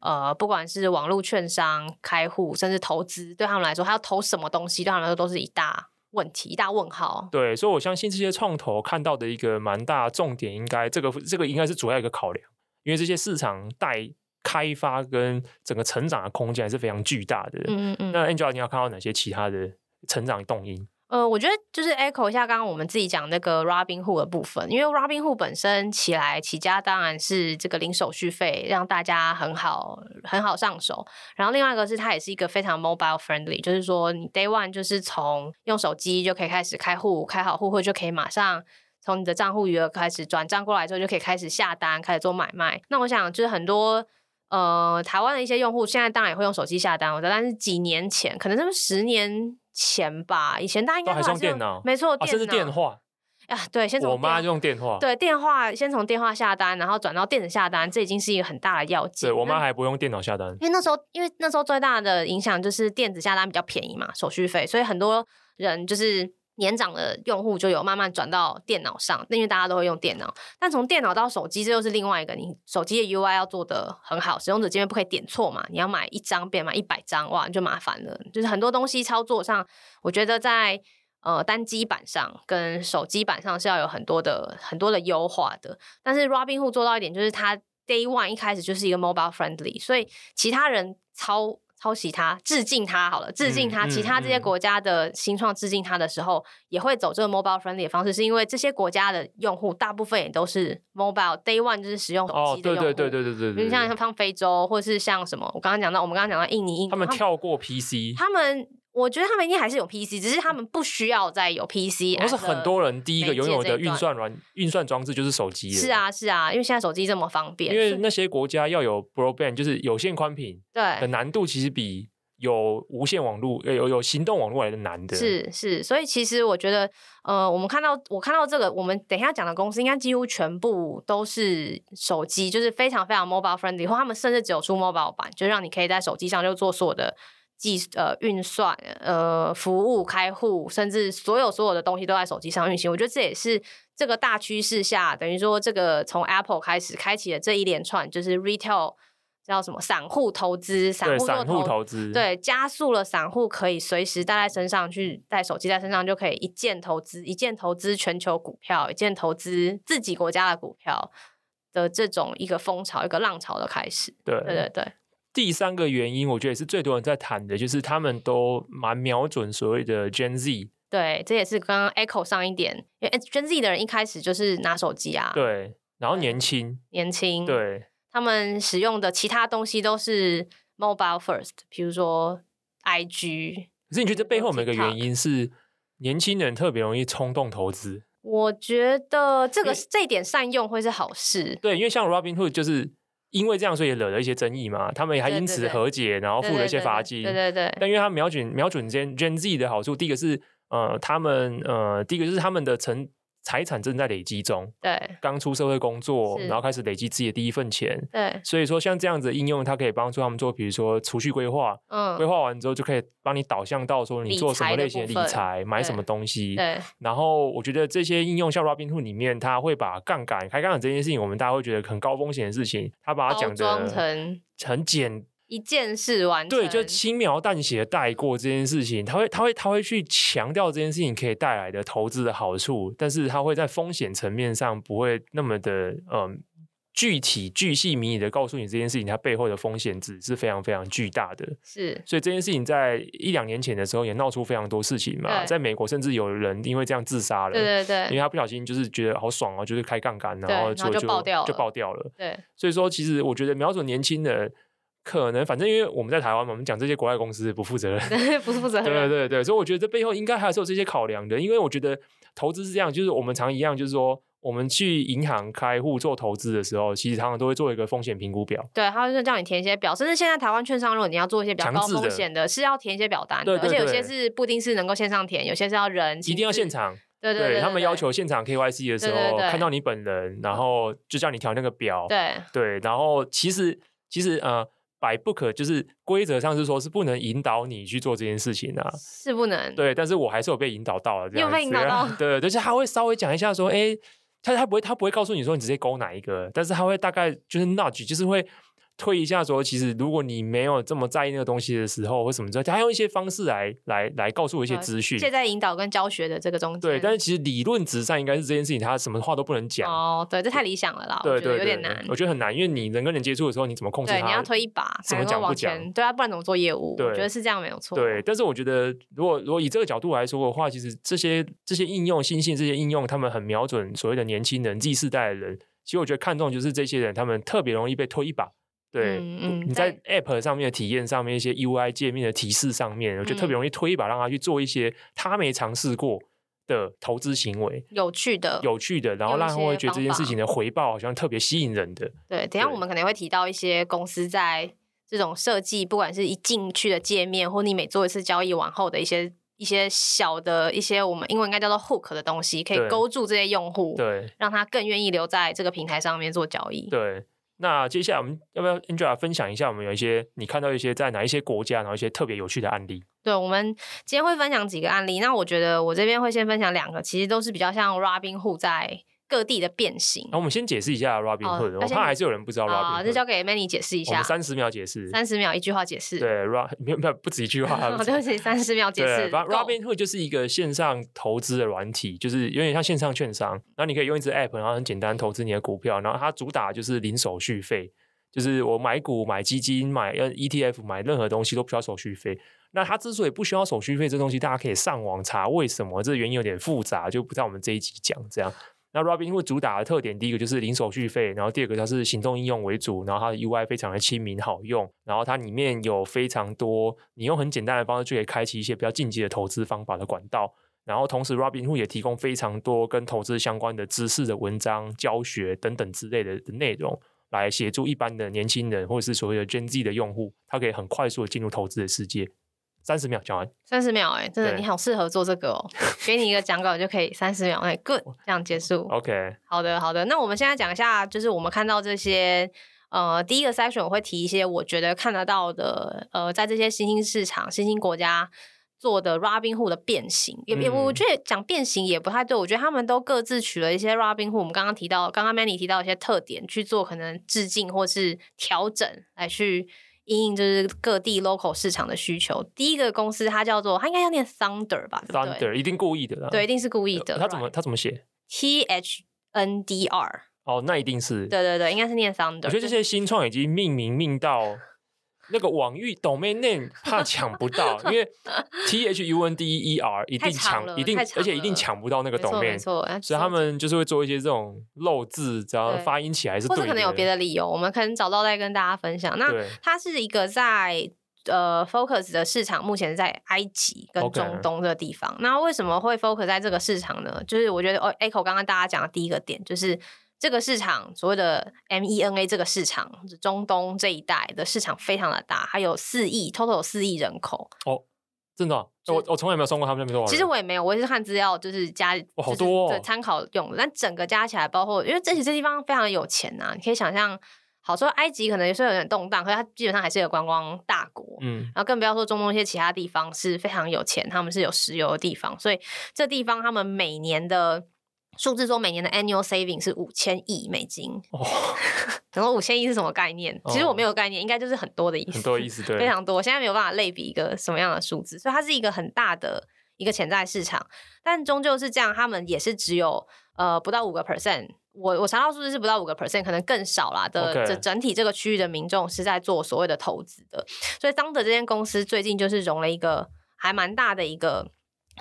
呃，不管是网络券商开户，甚至投资，对他们来说，他要投什么东西，对他们来说都是一大问题，一大问号。
对，所以我相信这些创投看到的一个蛮大的重点，应该这个这个应该是主要一个考量，因为这些市场带开发跟整个成长的空间还是非常巨大的。
嗯嗯嗯。
那 Angela，你要看到哪些其他的成长动因？
呃，我觉得就是 echo 一下刚刚我们自己讲那个 Robinhood 的部分，因为 Robinhood 本身起来起家当然是这个零手续费，让大家很好很好上手。然后另外一个是它也是一个非常 mobile friendly，就是说你 day one 就是从用手机就可以开始开户，开好户或者就可以马上。从你的账户余额开始转账过来之后，就可以开始下单，开始做买卖。那我想，就是很多呃，台湾的一些用户现在当然也会用手机下单，我知道，但是几年前，可能是不是十年前吧，以前大家应该
哦都还是
还
用电脑
没错，
啊，甚至电话，
啊，对，先从
我妈
电
就用电话，
对电话，先从电话下单，然后转到电子下单，这已经是一个很大的要件。
对我妈
那
还不用电脑下单。
因为那时候，因为那时候最大的影响就是电子下单比较便宜嘛，手续费，所以很多人就是年长的用户就有慢慢转到电脑上，因为大家都会用电脑。但从电脑到手机，这又是另外一个，你手机的 UI 要做的很好，使用者界面不可以点错嘛，你要买一张变买一百张，哇，就麻烦了。就是很多东西操作上，我觉得在呃单机版上跟手机版上是要有很多的很多的优化的。但是 Robinhood 做到一点，就是它 Day One 一开始就是一个 mobile friendly，所以其他人抄抄袭它、致敬它好了，致敬它。
嗯
其他这些
嗯
国家的新创致敬它的时候，也会走这个 mobile friendly 的方式，是因为这些国家的用户大部分也都是 mobile Day One 就是使用手
哦，
机的
对
用户。
对对对对对
比
对
如像
对，
像非洲，或是像什么，我刚刚讲到，我们刚刚讲到印尼，印尼
他们跳过 PC，
他们，我觉得他们一定还是有 PC，只是他们不需要再有 PC，
而是很多人第一个
媒
拥
介
有
这
的
一
运
段
算软运算装置就是手机了。
是啊是啊，因为现在手机这么方便，
因为
所以
那些国家要有 broadband，就是有线宽频的
对。
难度，其实比有无线网络、呃有有行动网络来的难的。，
是是，所以其实我觉得，呃，我们看到我看到这个，我们等一下讲的公司应该几乎全部都是手机，就是非常非常 mobile friendly，或他们甚至只有出 mobile 版，就让你可以在手机上就做所有的计呃运算、呃服务、开户，甚至所有所有的东西都在手机上运行。我觉得这也是这个大趋势下，等于说这个从 Apple 开始开启了这一连串，就是 retail 叫什么散户投资、散
对，
户做
散户
投
投资，，
对，加速了散户可以随时带在身上去，带手机在身上就可以一键投资，一键投资全球股票，一键投资自己国家的股票的这种一个风潮、一个浪潮的开始。
对
对对对，
第三个原因，我觉得也是最多人在谈的，就是他们都蛮瞄准所谓的 Gen Z。
对，这也是刚刚 echo 上一点，因为 Gen Z 的人一开始就是拿手机啊，嗯
对，然后年轻，
年轻，，
对，
他们使用的其他东西都是 mobile first，比如说 IG。
可是你觉得这背后有没有一个原
嗯
因是年轻人特别容易冲动投资？
我觉得这
因
个
为
这一点善用会是好事，
对，因为像 Robinhood 就是因为这样所以惹了一些争议嘛，他们还
对
因
对
此
对
和解，然后付了一些罚金。
对对对，
但因为他瞄准瞄准 Gen Gen Z 的好处，第一个是呃，他们呃，第一个就是他们的成财产正在累积中，
对
刚出社会工作，
是
然后开始累积自己的第一份钱。
对，
所以说，像这样子的应用，它可以帮助他们做，比如说储蓄规划，规
嗯，
划完之后就可以帮你导向到说你
理
做什么
财的
类型的
部
理
分
财，买什
对
么东西。
对
然后我觉得这些应用像 Robinhood 里面，它会把杠杆、开杠杆这件事情，我们大家会觉得很高风险的事情，它把它
包
讲
装
的
成
很简
一件事完成，
对，就轻描淡写地带过这件事情，他会，他会，他会去强调这件事情可以带来的投资的好处，但是他会在风险层面上不会那么的，嗯，具体、巨细靡遗的告诉你这件事情它背后的风险值是非常非常巨大的。
是
所以这件事情在一两年前的时候也闹出非常多事情嘛，
对
在美国甚至有人因为这样自杀了，
对对
因为
对
他不小心就是觉得好爽哦，就是开杠杆，
对
然后
然后就爆掉
就
了
爆掉了。
对 [laughs]
所以说，其实我觉得瞄准年轻人，可能反正因为我们在台湾嘛，我们讲这些国外公司不负责任。
对，不是负
[laughs]
责
对
任，
对对，所以我觉得这背后应该还是有这些考量的，因为我觉得投资是这样，就是我们常一样，就是说我们去银行开户做投资的时候，其实常常都会做一个风险评估表。
对，他就叫你填一些表，甚至现在台湾券商，如果你要做一些比较
强
高
制的
风险的，是要填一些表单
对
的，
对
而且有些
对
是不一定是能够线上填，有些是要人
一
亲
定要
自
现，场，
对对对，
他们
对
要求现场 KYC 的时候
对对对
看到你本人，然后就叫你调那个表，
对
对，然后其实其实呃，百不可就是规则上是说是不能引导你去做这件事情啊，
是不能，
对，但是我还是有被引导到了，这
你有
样
被
子
引导到
[laughs] 对，而且他会稍微讲一下说，哎，他他不会他不会告诉你说你直接勾哪一个，但是他会大概就是 nudge，就是会推一下说，其实如果你没有这么在意那个东西的时候，或什么之类，他用一些方式来来来告诉我一些
呃
资讯。
介在引导跟教学的这个中间，
对，但是其实理论值上应该是这件事情，他什么话都不能讲。
哦，对，这太理想了啦，
对
我觉得
对对，
有点
对
难
我，觉得很难，因为你人跟人接触的时候，你怎么控制他？
对，你要推一把
怎
才
么
能够
讲不
往
讲
前，对啊，不然怎么做业务？我
对
觉得是这样没有错，
对，但是我觉得，如果如果以这个角度来说的话，其实这些这些应用、新兴这些应用，他们很瞄准所谓的年轻人、Z 世代的人。其实我觉得看重就是这些人，他们特别容易被推一把。对，
嗯嗯
你在 App 上面的体验上面，一些 UI 界面的提示上面，我觉得
嗯
特别容易推一把，让他去做一些他没尝试过的投资行为，
有趣的，
有趣的，然后
用呃一
让他会
些
觉得这件
方
事
法
情的回报好像特别吸引人的。
对，等一下
对
我们可能会提到一些公司在这种设计，不管是一进去的界面，或你每做一次交易完后的一些一些小的一些我们英文应该叫做 hook 的东西，可
对
以勾住这些用户，
对，
让他更愿意留在这个平台上面做交易。
对，那接下来我们要不要 Angela 分享一下我们有一些你看到一些在哪一些国家，然后一些特别有趣的案例？
对，我们今天会分享几个案例。那我觉得我这边会先分享两个，其实都是比较像 Robinhood 在各地的变形
然后我们先解释一下 Robinhood，、
哦
我
而且你
怕还是有人不知道 Robinhood，、
啊，这交给 Manny 解释一
我们
下，
三十秒解释。
三十秒一句话解释。，
对，Rob 没有没有不止一句话
[laughs] 对不起，三十秒解
对
释。
反
Go
，Robinhood 就是一个线上投资的软体，就是有点像线上券商，然后你可以用一支 App，然后很简单投资你的股票，然后它主打就是零手续费，就是我买股、买基金、买呃 ETF、买任何东西都不需要手续费。那它之所以不需要手续费这东西，大家可以上网查为什么，这原因有点复杂，就不在我们这一集讲这样。那 Robinhood 主打的特点，第一个就是零手续费，然后第二个它是行动应用为主，然后它的 UI 非常的亲民好用，然后它里面有非常多你用很简单的方式就可以开启一些比较进阶的投资方法的管道。然后同时，Robinhood 也提供非常多跟投资相关的知识的文章、教学等等之类的的内容，来协助一般的年轻人或者是所谓的 Gen Z 的用户，他可以很快速的进入投资的世界。三十秒讲完，
三十秒、哎，真的，
对
你好适合做这个哦。给你一个讲稿就可以三十秒内、g o o d 这样结束。
OK，
好的，好的。那我们现在讲一下，就是我们看到这些，呃，第一个筛选我会提一些我觉得看得到的，呃，在这些新兴市场、新兴国家做的 Robinhood 的变形。也也，我
嗯
觉得讲变形也不太对，我觉得他们都各自取了一些 Robinhood，我们刚刚提到，刚刚 Manny 提到一些特点去做可能致敬或是调整来去。因应就是各地 local 市场的需求。第一个公司它叫做，它应该要念 Thunder 吧，对不对
Thunder 一定故意的啦。呃
对，一定是故意的。
他怎么
right？
他怎么写？
T H N D R？
哦，那一定是。
对对对，应该是念 Thunder。
我觉得这些新创已经命名命到那个网域 domain name 怕抢不
[laughs]
到，因为 T H U N D E R 一定
太长
抢，
了
一定
太长
而且一定
了
抢不到那个
没错没
domain，
错，哎
所以他们就是会做一些这种漏字，只要
对
发音起来是
或
对
者可能有别的理由，我们可能找到再跟大家分享。那
对
它是一个在呃 Focus 的市场，目前在埃及跟
OK
中东这个地方。那为什么会 Focus 在这个市场呢？就是我觉得哦，Echo 刚刚大家讲的第一个点就是。这个市场所谓的 MENA 这个市场，中东这一带的市场非常的大，还有四亿，total 有四亿人口。
真的啊、
就
我我从来没有算过他们那边多少人。
其实我也没有，我也是看资料，就是加
哇好
就是
多哦
对参考用的。但整个加起来，包括因为这些这地方非常有钱呐、你可以想象，好说埃及可能有时候有点动荡，可是它基本上还是有观光大国。
嗯，
[laughs] 然后更不要说中东一些其他地方是非常有钱，他们是有石油的地方，所以这地方他们每年的数字说每年的 annual saving 是五千亿美金。
哦，
然后五千亿是什么概念？其实
哦
我没有概念，应该就是很多的意思，
很多意思，对，
非常多。现在没有办法类比一个什么样的数字，所以它是一个很大的一个潜在市场。但终究是这样，他们也是只有呃不到五个 percent。我我查到数字是不到五个 percent，可能更少啦的。
OK
这整体这个区域的民众是在做所谓的投资的，所以当德这间公司最近就是融了一个还蛮大的一个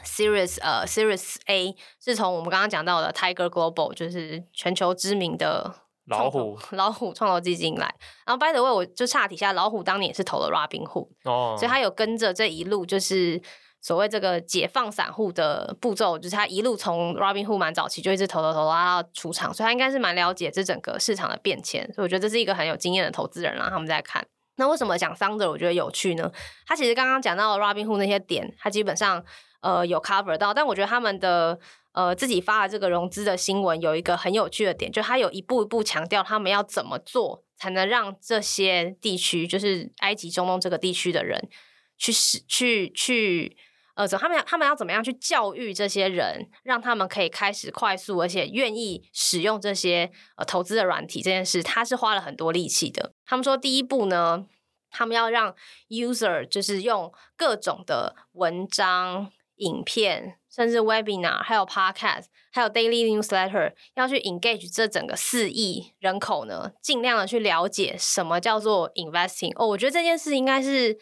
Series 呃 Series A，是从我们刚刚讲到的 Tiger Global，就是全球知名的
老
创投
虎
老虎创投基金来。然后 by the way，我就岔题一下，老虎当年也是投了 Robinhood，
哦，
所以他有跟着这一路就是。所谓这个解放散户的步骤，就是他一路从 Robinhood 蛮早期就一直投投投拉到出场，所以他应该是蛮了解这整个市场的变迁，所以我觉得这是一个很有经验的投资人啦。他们在看，那为什么讲 Thunder 我觉得有趣呢？他其实刚刚讲到 Robinhood 那些点，他基本上呃有 cover 到，但我觉得他们的呃自己发的这个融资的新闻有一个很有趣的点，就他有一步一步强调他们要怎么做才能让这些地区，就是埃及、中东这个地区的人去使去去。呃，怎他们要他们要怎么样去教育这些人，让他们可以开始快速而且愿意使用这些呃投资的软体这件事，他是花了很多力气的。他们说第一步呢，他们要让 user 就是用各种的文章、影片，甚至 webinar，还有 podcast，还有 daily newsletter，要去 engage 这整个四亿人口呢，尽量的去了解什么叫做 investing。哦，我觉得这件事应该是。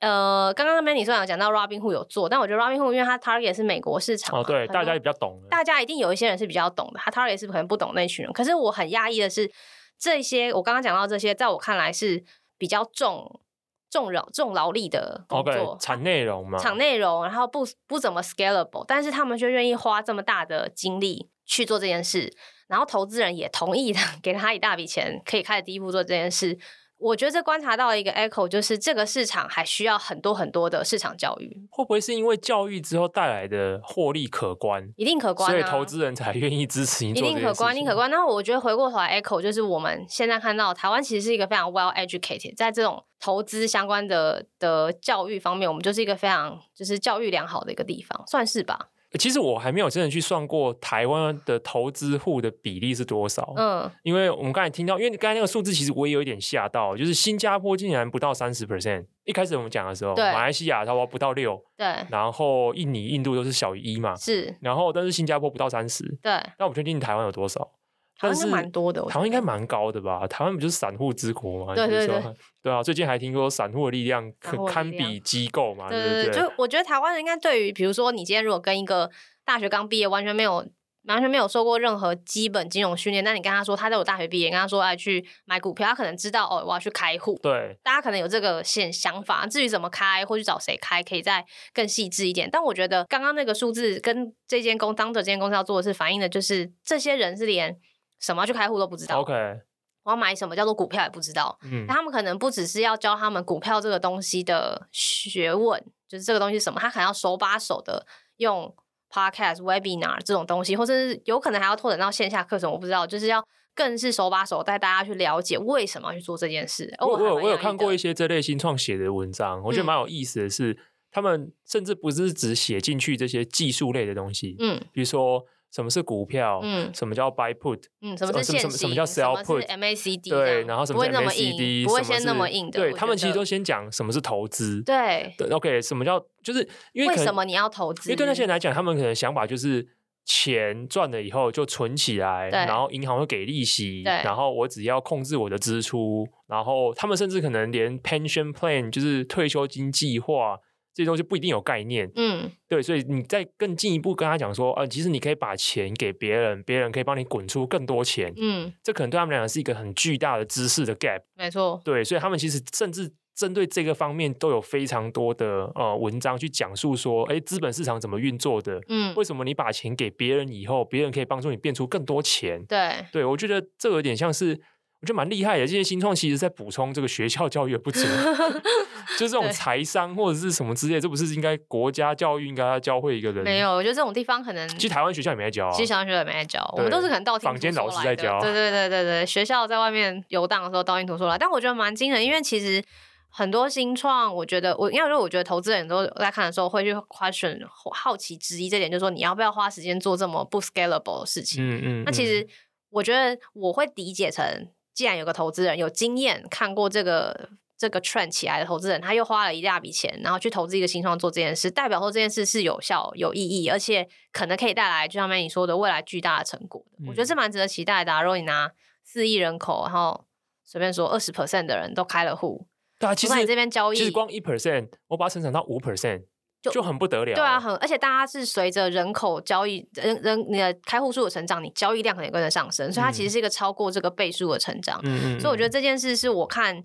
呃，刚刚那边你虽然有讲到 Robinhood 有做，但我觉得 Robinhood 因为它 target 是美国市场嘛，
哦，对，
很多
大家也比较懂了，
大家一定有一些人是比较懂的，他 t a r 也是可能不懂那群人。可是我很讶异的是，这些我刚刚讲到这些，在我看来是比较重重劳重劳力的工
OK 啊
作，
产内容嘛，
场内容，然后不不怎么 scalable，但是他们却愿意花这么大的精力去做这件事，然后投资人也同意的 [laughs] 给他一大笔钱，可以开始第一步做这件事。我觉得这观察到一个 echo，就是这个市场还需要很多很多的市场教育，
会不会是因为教育之后带来的获利可观，
一定可观、啊。
所以投资人才愿意支持你
一
做这
定
件
可
事情？啊
观，一定可观。那我觉得回过头来，echo 就是我们现在看到台湾其实是一个非常 well educated，在这种投资相关的的教育方面，我们就是一个非常就是教育良好的一个地方，算是吧。
其实我还没有真的去算过台湾的投资户的比例是多少，
嗯，
因为我们刚才听到，因为你刚才那个数字，其实我也有一点吓到，就是新加坡竟然不到三十 percent。一开始我们讲的时候，
对
马来西亚差不多不到六，
对，
然后印尼、印度都是小于一嘛，
是，
然后但是新加坡不到三十，
对，
但我不确定台湾有多少，
好
但是
像蛮多的。我觉
台湾应
得
该蛮高的吧？台湾不就是散户之国吗？
对
就是
对
说对啊，最近还听说散户的力量
散
可
户的力
堪
量
比机构嘛，
对
不
对，就我觉得台湾人应该对于，比如说你今天如果跟一个大学刚毕业，完全没有完全没有受过任何基本金融训练，那你跟他说他在我大学毕业，跟他说哎去买股票，他可能知道哦我要去开户，
对，
大家可能有这个现想法，至于怎么开或去找谁开，可以再更细致一点。但我觉得刚刚那个数字跟这间公当着这间公司要做的是反映的，就是这些人是连什么要去开户都不知道
OK，
我要买什么叫做股票也不知道。
嗯，
他们可能不只是要教他们股票这个东西的学问，就是这个东西是什么，他可能要手把手的用 podcast、webinar 这种东西，或者是有可能还要拓展到线下课程，我不知道，就是要更是手把手带大家去了解为什么要去做这件事。而
我
还
我有
蛮
我有
讶异
看过
的
一些这类新创写的文章，我觉得
嗯
蛮有意思的是，他们甚至不是只写进去这些技术类的东西，
嗯
比如说什么是股票，
嗯
什么叫 buy put，
嗯，什
什
么是
什么什
现行？
么什么叫 sell put，
MACD？这
对，
样
然后什
不
么
会
是
那么
MACD，
硬，不会
什么
先那
是
么硬的。
对
我
他们
觉
其实
得
都先讲什么是投资，
对，
对，OK，什么叫就是因为
为
可能
什么你要投资？
因为对那些人来讲，他们可能想法就是钱赚了以后就存起来，
对
然后银行会给利息，
对
然后我只要控制我的支出，然后他们甚至可能连 pension plan 就是退休金计划这些东西不一定有概念。
嗯，
对，所以你再更进一步跟他讲说，呃，其实你可以把钱给别人，别人可以帮你滚出更多钱，
嗯嗯，
这可能对他们来讲是一个很巨大的知识的 gap。
没错，
对，所以他们其实甚至针对这个方面都有非常多的呃文章去讲述说，哎，资本市场怎么运作的？
嗯，
为什么你把钱给别人以后，别人可以帮助你变出更多钱？
对，
对我觉得这有点像是，我觉得蛮厉害的。这些新创其实在补充这个学校教育的
[laughs]
不足，就这种
对
财商或者是什么之类，这不是应该国家教育应该要教会一个人？
没，有，我觉得这种地方可能
其实台湾学校也没在教啊
其。实小学也没在教，我们
对
都是可能道听
坊间
途说
老师
来
在
的
教
对对对对对，学校在外面游荡的时候道听途说来，但我觉得蛮惊人，因为其实很多新创，我觉得我因为我觉得投资人都在看的时候会去 question 好奇质疑这点，就是说你要不要花时间做这么不 scalable 的事情？
嗯嗯，
那其
嗯
实我觉得我会理解成，既然有个投资人有经验看过这个。这个 trend 起来的投资人，他又花了一大笔钱，然后去投资一个新创做这件事，代表说这件事是有效、有意义，而且可能可以带来，就像你说的，未来巨大的成果的。我觉得
嗯
这蛮值得期待的、啊。如果你拿四亿人口，然后随便说二十 percent 的人都开了户，
对啊，其
不管
实
你这边交易
其实光一 percent，我把它生产到五 percent
就
就很不得了。
对啊，，很而且大家是随着人口交易人人你的开户数的成长，你交易量可能跟着上升，所以它
嗯
其实是一个超过这个倍数的成长。
嗯嗯，
所以我觉得
嗯
这件事是我看。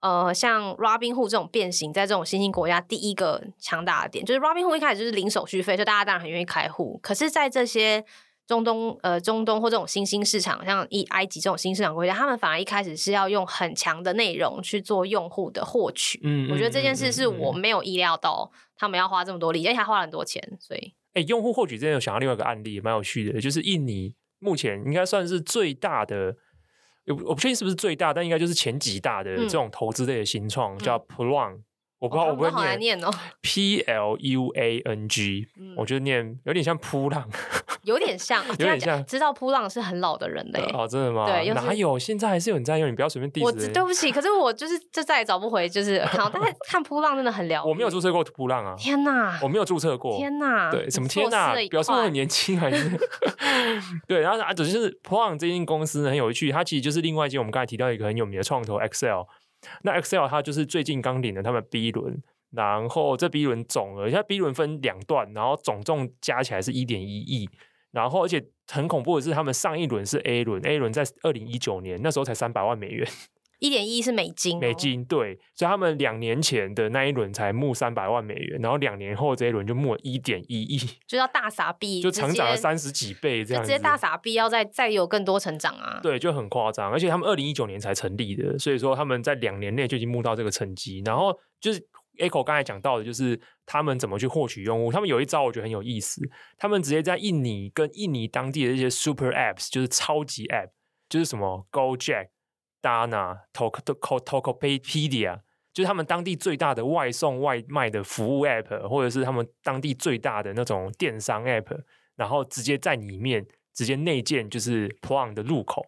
呃，像 Robinhood 这种变形，在这种新兴国家，第一个强大的点就是 Robinhood 一开始就是零手续费，所以大家当然很愿意开户。可是，在这些中东呃中东或这种新兴市场，像一埃及这种新市场国家，他们反而一开始是要用很强的内容去做用户的获取。
嗯，
我觉得这件
嗯
事是我。
嗯嗯嗯
没有意料到他们要花这么多力气，而且还花了很多钱，所以
哎，用户获取之前有想到另外一个案例，蛮有趣的，就是印尼目前应该算是最大的。我不我不确定是不是最大，但应该就是前几大的
嗯
这种投资类的新创，叫 Plung，我不知道我
哇他
不会
们都好难念哦，
P L U A N G，
嗯
我觉得念有点像扑 [laughs] 浪
有
[laughs]
点像，有
点像
知道扑浪是很老的人嘞、
哦，真的吗？
对又是
哪有？现在还是有人在用，你不要随便 diss 欸
我
人
只对不起，可是我就是就再也找不回，就是看到，但是看扑浪真的很疗愈。
我没有注册过扑浪啊，
天哪
我，没有注册过，
天哪，
对，什么
你啊错
天呐
失了一，
表示我
块
很年轻还是？ [laughs] 对，然后啊，只是 Plan 这间公司呢很有趣，它其实就是另外一间我们刚才提到一个很有名的创投 Excel。那 Excel 它就是最近刚领了他们 B 轮，然后这 B 轮总额，它 B 轮分两段，然后总重加起来是一点一亿，然后而且很恐怖的是，他们上一轮是 A 轮，A 轮在二零一九年那时候才三百万美元
一点一是美金哦，
美金，对，所以他们两年前的那一轮才募三百万美元，然后两年后这一轮就募一点一亿。
就要大傻逼，
就
直
成长了
接
三十几倍这
就
样
直
子，
接大傻逼，要再再有更多成长啊。
对，就很夸张。而且他们二零一九年才成立的，所以说他们在两年内就已经募到这个成绩。然后就是 Echo 刚才讲到的，就是他们怎么去获取用户。他们有一招我觉得很有意思，他们直接在印尼跟印尼当地的这些 Super Apps，就是超级 App，就是什么 GoJack、Dana、Tok Tok Tokopedia。就是他们当地最大的外送外卖的服务 App，或者是他们当地最大的那种电商 App，然后直接在里面直接内建就是 Plon 的入口。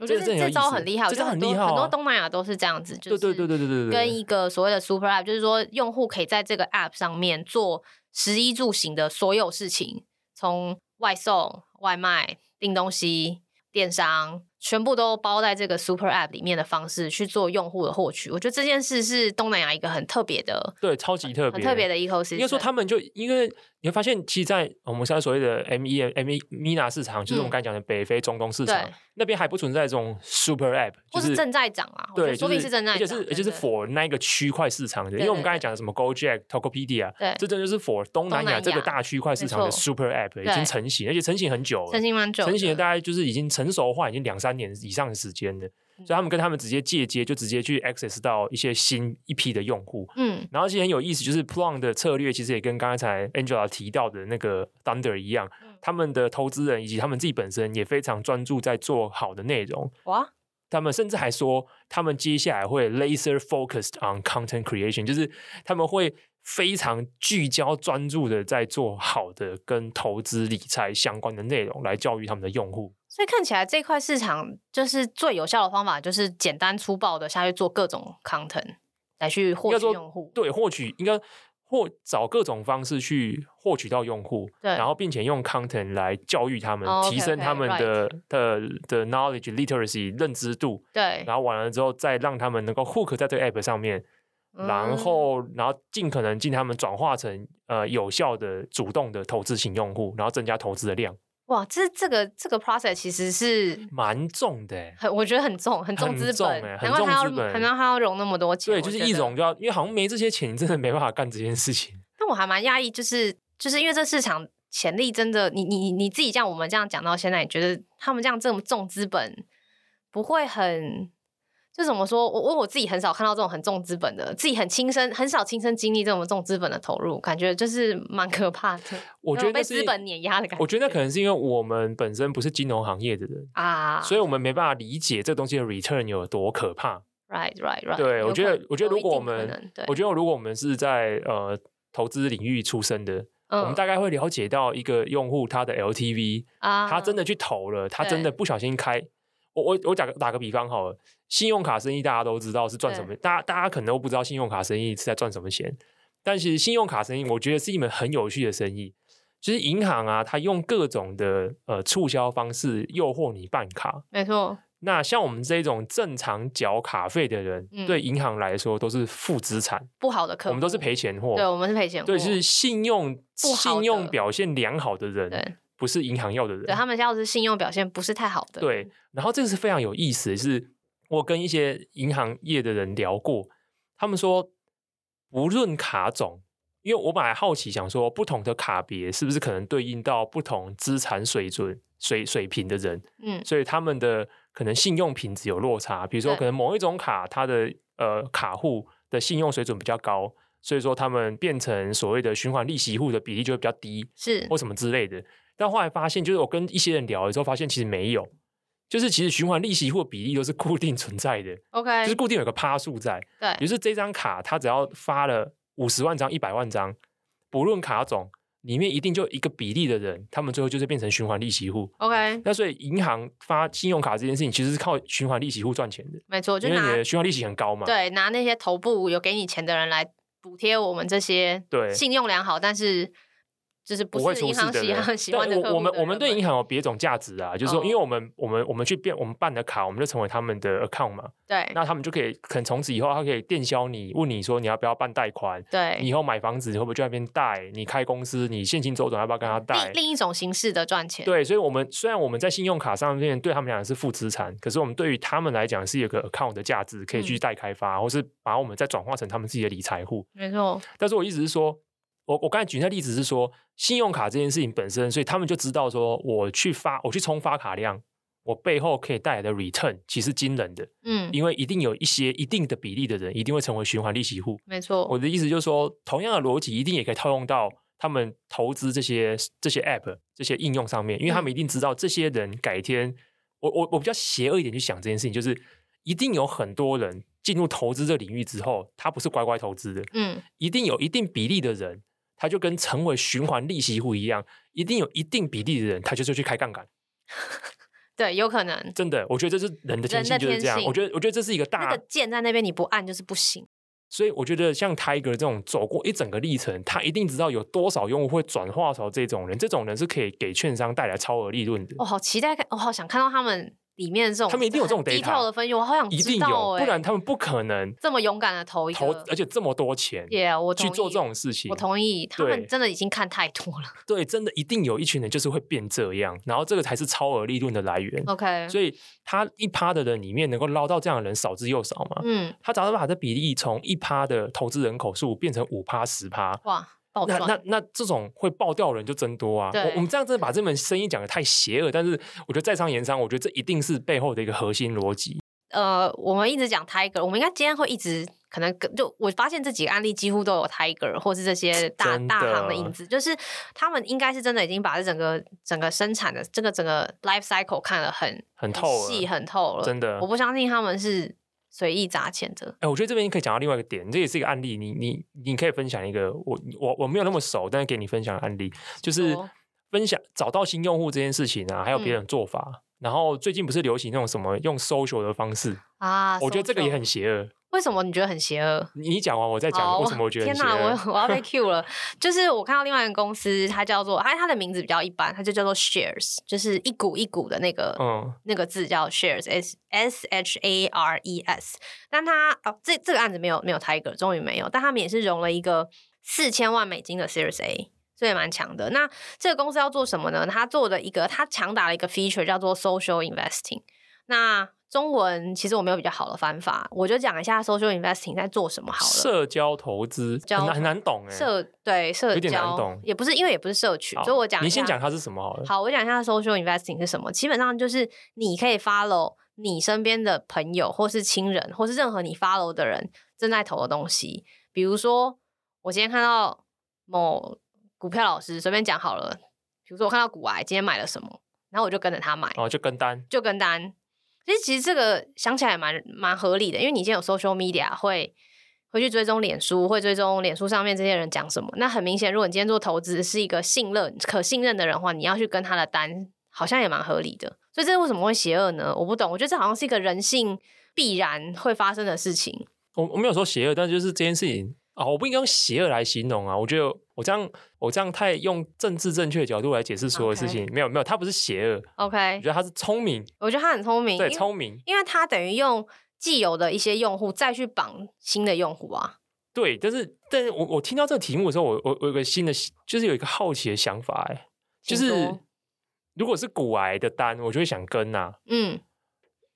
我觉得
这
这
个真的有
这
意
招
思
很厉害，我
这
觉得
招
很
很
多
厉害
很多
啊
东南亚都是这样子，就是
对对对对对对对，
跟一个所谓的 super app，就是说用户可以在这个 app 上面做食衣住行的所有事情，从外送、外卖、订东西、电商，全部都包在这个 super app 里面的方式去做用户的获取。我觉得这件事是东南亚一个很特别的、
对超级特别
很特别的
应
ecosystem。
该说，他们就因为你会发现，其实，在我们现在所谓的 M E M E MENA 市场，就是我们
嗯
刚才讲的北非、中东市场
对，
那边还不存在这种 Super App，
或
就是
正在涨啊我觉
对，
得说不定是正在
而且
涨
是而且是
真的
for 那个区块市场的，因为我们刚才讲的什么 GoJack、Tokopedia，
对
这真的就是 for 东南
东南亚
亚这个大区块市场
没
的
错
Super App 已
对
经成型，而且成型很久了，
曾经蛮久的，
成型的大概就是已经成熟化已经两三年以上的时间了，所以他们跟他们直接借接，就直接去 access 到一些新一批的用户。
嗯，
然后其实很有意思，就是 Plon 的策略其实也跟刚才 Angela 提到的那个 Thunder 一样
嗯，
他们的投资人以及他们自己本身也非常专注在做好的内容。
哇，
他们甚至还说，他们接下来会 laser focused on content creation，就是他们会非常聚焦、专注的在做好的跟投资理财相关的内容，来教育他们的用户。
所以看起来这块市场就是最有效的方法，就是简单粗暴的下去做各种 content 来去
应
获
该
取
说
用户。
对，获取应该或找各种方式去获取到用户，
对
然后并且用 content 来教育他们，
哦
提升
OK，OK，
他们的的的 knowledge literacy 认知度，
对，
然后完了之后再让他们能够 hook 在这个 app 上面，然
嗯
后然后尽可能尽他们转化成呃有效的主动的投资型用户，然后增加投资的量。
哇，这这个这个 process 其实是
蛮重的、欸。
很，我觉得很重，很
嗯
重
很
资
重
本，
欸很
难怪
重
他要，
资本
难怪他要融那么多钱。
对，
我
就是
觉
一
得
种就要，因为好像没这些钱，你真的没办法干这件事情。
但我还蛮讶异，就是就是因为这市场潜力真的，你你你你自己这样，我们这样讲到现在，你觉得他们这样这么重资本，不会很就怎么说？我我我自己很少看到这种很重资本的，自己很亲身很少亲身经历这种重资本的投入，感觉就是蛮可怕的。
[laughs] 我觉
有
得那
被
是
资
一
本碾压的感觉。
我觉得可能是因为我们本身不是金融行业的人，
啊，
所以我们没办法理解这东西的 return 有多可怕。
right right right，
对我
有
觉
可
得
能
我觉得
有
如
一
果
定
我们
可能对，
我觉得如果我们是在呃投资领域出身的，我们
嗯
大概会了解到一个用户他的 LTV，
啊，
他真的去投了，他真的
对
不小心开。我我我打个打个比方好了，信用卡生意大家都知道是赚什么，大家大家可能都不知道信用卡生意是在赚什么钱，但其实信用卡生意我觉得是一门很有趣的生意，就是银行啊，它用各种的呃促销方式诱惑你办卡。
没错，
那像我们这种正常缴卡费的人，
嗯
对银行来说都是负资产，
不好的客户
我们都是赔钱货。
对，我们是赔钱货，
对，是信用
不好的
信用表现良好的人，
对
不是银行要的人。
对，他们要是信用表现不是太好的，
对，然后这个是非常有意思，是我跟一些银行业的人聊过，他们说不论卡种，因为我本来好奇想说，不同的卡别是不是可能对应到不同资产水准水水平的人，
嗯，
所以他们的可能信用品质有落差。比如说，
对
可能某一种卡，它的呃卡户的信用水准比较高，所以说他们变成所谓的循环利息户的比例就会比较低。
是
或什么之类的。但后来发现，就是我跟一些人聊了之后，发现其实没有，就是其实循环利息或比例都是固定存在的，就是
OK，
固定有个趴数在。比
对
如说这张卡，它只要发了五十万张、一百万张，不论卡种，里面一定就一个比例的人，他们最后就是变成循环利息户。
，OK，
那所以银行发信用卡这件事情，其实是靠循环利息户赚钱的，
没错，就
因为你
拿
的循环利息很高嘛。
对拿那些头部有给你钱的人来补贴我们这些
对
信用良好，但是就是
不
不
会
是
出
银
事
行
的
喜欢
人。
喜欢的
对，
客
我
户
我们
的
我们对
人
银行有别种价值啊，就是说，
哦
因为我们我们我们去变我们办的卡，我们就成为他们的 account 嘛，
对
那他们就可以可能从此以后，他可以电销你，问你说你要不要办贷款，你
对
以后买房子你会不会去那边贷，你开公司你现金周转要不要跟他贷
另？另一种形式的赚钱，
对，所以我们虽然我们在信用卡上面对他们俩是负资产，可是我们对于他们来讲是有个 account 的价值，可以去
嗯
贷开发，或是把我们再转化成他们自己的理财户。
没错，
但是我意思是说，我我刚才举那例子是说，信用卡这件事情本身，所以他们就知道说，我去发，我去冲发卡量，我背后可以带来的 return 其实惊人的，
嗯，
因为一定有一些一定的比例的人一定会成为循环利息户。
没错，
我的意思就是说，同样的逻辑一定也可以套用到他们投资这些这些 app 这些应用上面，因为他
嗯
们一定知道这些人改天，我我我比较邪恶一点去想这件事情，就是一定有很多人进入投资这个领域之后，他不是乖乖投资的，
嗯，
一定有一定比例的人，他就跟成为循环利息户一样，一定有一定比例的人，他就是去开杠杆。
对，有可能
真的，我觉得这是人的天性
人的
就是这样
天。性
我觉得，我觉得这是一个大，
那个键在那边你不按就是不行，
所以我觉得像 Tiger 这种走过一整个历程，他一定知道有多少用户会转化成这种人，这种人是可以给券商带来超额利润的。
我哦好期待看，我好想看到他们里面这种
他们一定有这种
很低
data
透的分析，我好想
一定有，
知道欸
不然他们不可能
这么勇敢的投一
投，
个
而且这么多钱
Yeah，我
去
同
做
意
这种事情
我。同意，他们
对
真的已经看太多了。
对，真的一定有一群人就是会变这样，然后这个才是超额利润的来源。[laughs]
OK，
所以他一趴的人里面能够捞到这样的人少之又少嘛。
嗯，
他早就把这比例从一趴的投资人口数变成五趴、十趴，
哇，暴
那
赚
那那这种会爆掉的人就增多啊！
哦对
我我们这样真的把这门生意讲的太邪恶，但是我觉得在商言商，我觉得这一定是背后的一个核心逻辑。
呃，我们一直讲 Tiger，我们应该今天会一直可能跟就我发现这几个案例几乎都有 Tiger 或是这些大
真的
大行的影子，就是他们应该是真的已经把这整个整个生产的这个整个 life cycle 看得很
很透了
细很透了，
真的
我不相信他们是随意砸钱的。
哎，我觉得这边可以讲到另外一个点，这也是一个案例。你你你可以分享一个我我我没有那么熟，但是给你分享的案例，就是
说
分享找到新用户这件事情啊，还
嗯
有别人的做法。然后最近不是流行那种什么用 social 的方式，
啊，
我觉得这个也
social
很邪恶。
为什么你觉得很邪恶？
你你讲完我再讲
哦
为什么我觉得很
天
邪恶。
我我
[laughs]
要被 Q 了。就是我看到另外一个公司，它叫做，哎，它的名字比较一般，它就叫做 shares，就是一股一股的那个、
嗯，
那个字叫 shares，s s h a r e s。但它哦，这这个案子没有没有 Tiger，终于没有，但他们也是融了一个四千万美金的 Series A。这也蛮强的。那这个公司要做什么呢？它做的一个，它强打了一个 feature 叫做 social investing。那中文其实我没有比较好的翻法，我就讲一下 social investing 在做什么好了。
社交投资
交
很难很难懂哎、
社对社
有点难
交
懂
也不是，因为也不是社群，
好
所以我讲
你
一
先
下
讲它是什么好了。
好，我讲一下 social investing 是什么。基本上就是你可以 follow 你身边的朋友，或是亲人，或是任何你 follow 的人正在投的东西。比如说，我今天看到某股票老师随便讲好了，比如说我看到股癌今天买了什么，然后我就跟着他买，
哦，就跟单
就跟单。其实其实这个想起来也蛮蛮合理的，因为你今天有 social media 会。会去追踪脸书，会追踪脸书上面这些人讲什么。那很明显，如果你今天做投资是一个信任、可信任的人的话，你要去跟他的单，好像也蛮合理的。所以这为什么会邪恶呢？我不懂，我觉得这好像是一个人性必然会发生的事情。
我我没有说邪恶，但就是这件事情啊、我不应该用邪恶来形容啊。我觉得我这样我这样太用政治正确的角度来解释所有事情没有没有，它不是邪恶，我
OK，
觉得它是聪明，
我觉得他很聪明，
对，
因为
聪明，
因为他等于用既有的一些用户再去绑新的用户啊。
对。但是但是我我听到这个题目的时候，我我我有个新的，就是有一个好奇的想法、哎，就
请
是
说
如果是骨癌的单，我就会想跟啊呐、
嗯，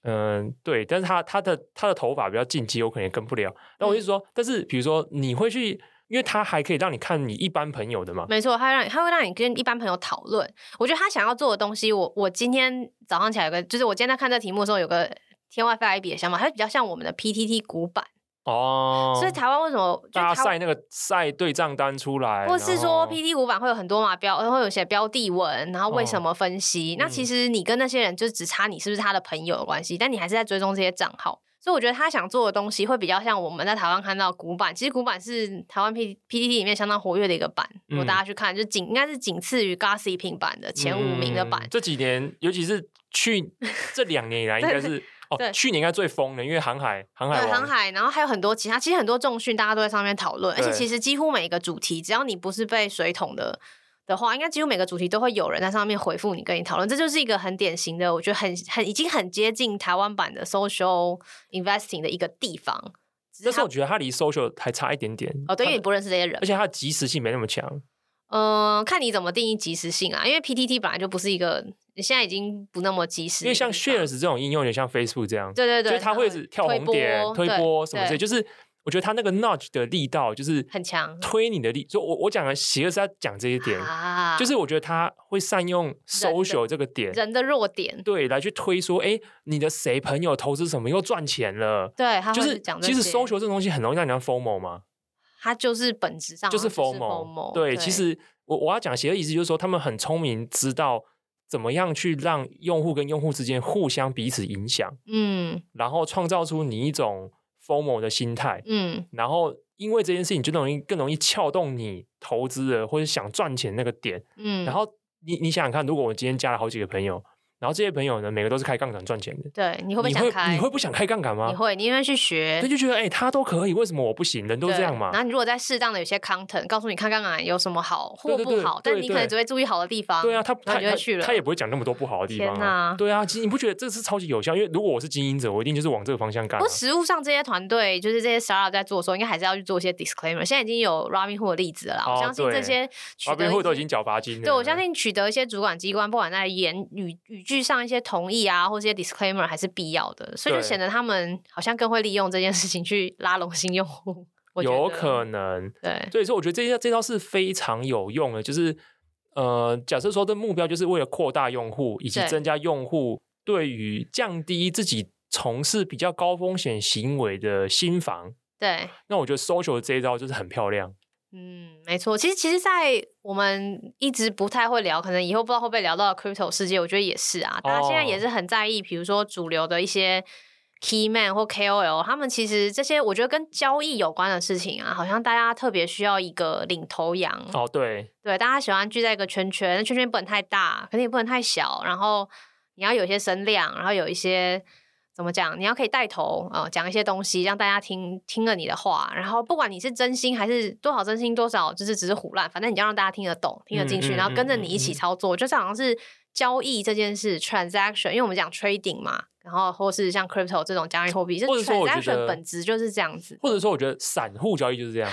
嗯，对，但是他他的他的头发比较进阶，我可能也跟不了。那
嗯
我就说，但是比如说你会去，因为他还可以让你看你一般朋友的嘛，
没错，他会让你，他会让你跟一般朋友讨论。我觉得他想要做的东西，我我今天早上起来有个，就是我今天在看这题目的时候，有个天外飞来一笔的想法，它比较像我们的 PTT 古版。
哦，
所以台湾为什么就
大家
台
晒
湾
那个晒对账单出来，
或是
然
说
后
PT 古版会有很多嘛标，会有写标的文，然后
哦
为什么分析？那
嗯
其实你跟那些人就只差你是不是他的朋友的关系，但你还是在追踪这些账号。所以我觉得他想做的东西会比较像我们在台湾看到古版，其实古版是台湾 P P T T 里面相当活跃的一个版，如果
嗯
大家去看，就仅应该是仅次于 Gossiping 版的前五名的版
嗯。这几年，尤其是
[laughs]
去这两年以来，应该是哦
对，
去年应该最疯的，因为航海航海
对，
王
航海，然后还有很多其他，其实很多重训大家都在上面讨论，而
对
且其实几乎每一个主题，只要你不是被水桶的的话，应该几乎每个主题都会有人在上面回复你，跟你讨论，这就是一个很典型的，我觉得很很已经很接近台湾版的 social investing 的一个地方。只
但
是
是
它
我觉得他离 social 还差一点点
哦，对，
它
因为你不认识这些人
而，且他的及时性没那么强，
嗯、看你怎么定义及时性啊，因为 PTT 本来就不是一个，现在已经不那么及时
因
的
为
地方，
像 Shares 这种应用，有点像 Facebook 这样，
对对
就
对，
是它会是跳红点、推
对
波什么之类，
对
就是我觉得它那个 nudge 的力道就是
很强
推你的力。所以我我讲的邪恶是在讲这一点，
啊，
就是我觉得他会善用 social 这个点，
人的弱点。
对，来去推说，哎，你的谁朋友投资什么又赚钱了。
对，他
就
会
是
讲这
其实
些
social 这种东西很容易让人家 FOMO 嘛，
它啊就是本质上
就
好像
是
是
FOMO。对，其实我我要讲邪恶意思就是说，他们很聪明，知道怎么样去让用户跟用户之间互相彼此影响，
嗯
然后创造出你一种 FOMO 的心态。
嗯
然后因为这件事情就容易更容易撬动你投资的或者想赚钱那个点。
嗯，
然后你你想想看，如果我今天加了好几个朋友，然后这些朋友呢，每个都是开杠杆赚钱的，
对你
你
会不会想开？
你会不想开杠杆
你
吗？
会，你因为去学
他，就觉得哎、他都可以，为什么我不行？人都这
对
样嘛
然。后你如果在适当的有些 content，告诉你看看啊有什么好
对
或
对
不
对
好，但
对
你可能
对
只会注意好的地方。
对啊，他
然
他
后你就
他
会去了。
他也不会讲那么多不好的地方、
天
啊
哪。
对啊，其实你不觉得这是超级有效？因为如果我是经营者，我一定就是往这个方向干、
不
啊
过。实物上，这些团队就是这些 startup 在做的时候，应该还是要去做一些 disclaimer。现在已经有 Robinhood 的例子了啦，
哦
我相信
对
这些取
啊，
得
边会都已
一些
经缴罚金了。
对，我相信取得一些主管机关，不管在言语语句上一些同意啊，或是一些 disclaimer 还是必要的，所以就
对
显得他们好像更会利用这件事情去拉拢新用户。我觉
有
得
可能。
对，
所以说，我觉得这一招这招是非常有用的，就是呃，假设说这目标就是为了扩大用户以及
对
增加用户对于降低自己从事比较高风险行为的心防，
对，
那我觉得 social 这一招就是很漂亮。
嗯，没错。其实，其实，在我们一直不太会聊，可能以后不知道会不会聊到 crypto 世界，我觉得也是啊，大家现在也
哦
是很在意，比如说主流的一些 key man 或 KOL，他们其实这些我觉得跟交易有关的事情啊，好像大家特别需要一个领头羊。
哦，对，
对，大家喜欢聚在一个圈圈，那圈圈不能太大，可是也不能太小，然后你要有一些声量，然后有一些怎么讲，你要可以带头啊、呃讲一些东西，让大家听听了你的话，然后不管你是真心还是多少真心多少，就是只是胡乱，反正你就要让大家听得懂、听得进去，
嗯嗯
然后跟着你一
嗯
起
嗯嗯
操作，就是好像是交易这件事 （transaction），因为我们讲 trading 嘛，然后或是像 crypto 这种加密货币，就
或者说我觉
transaction
得
本质就是这样子， [laughs]
或者说我觉得散户交易就是这样。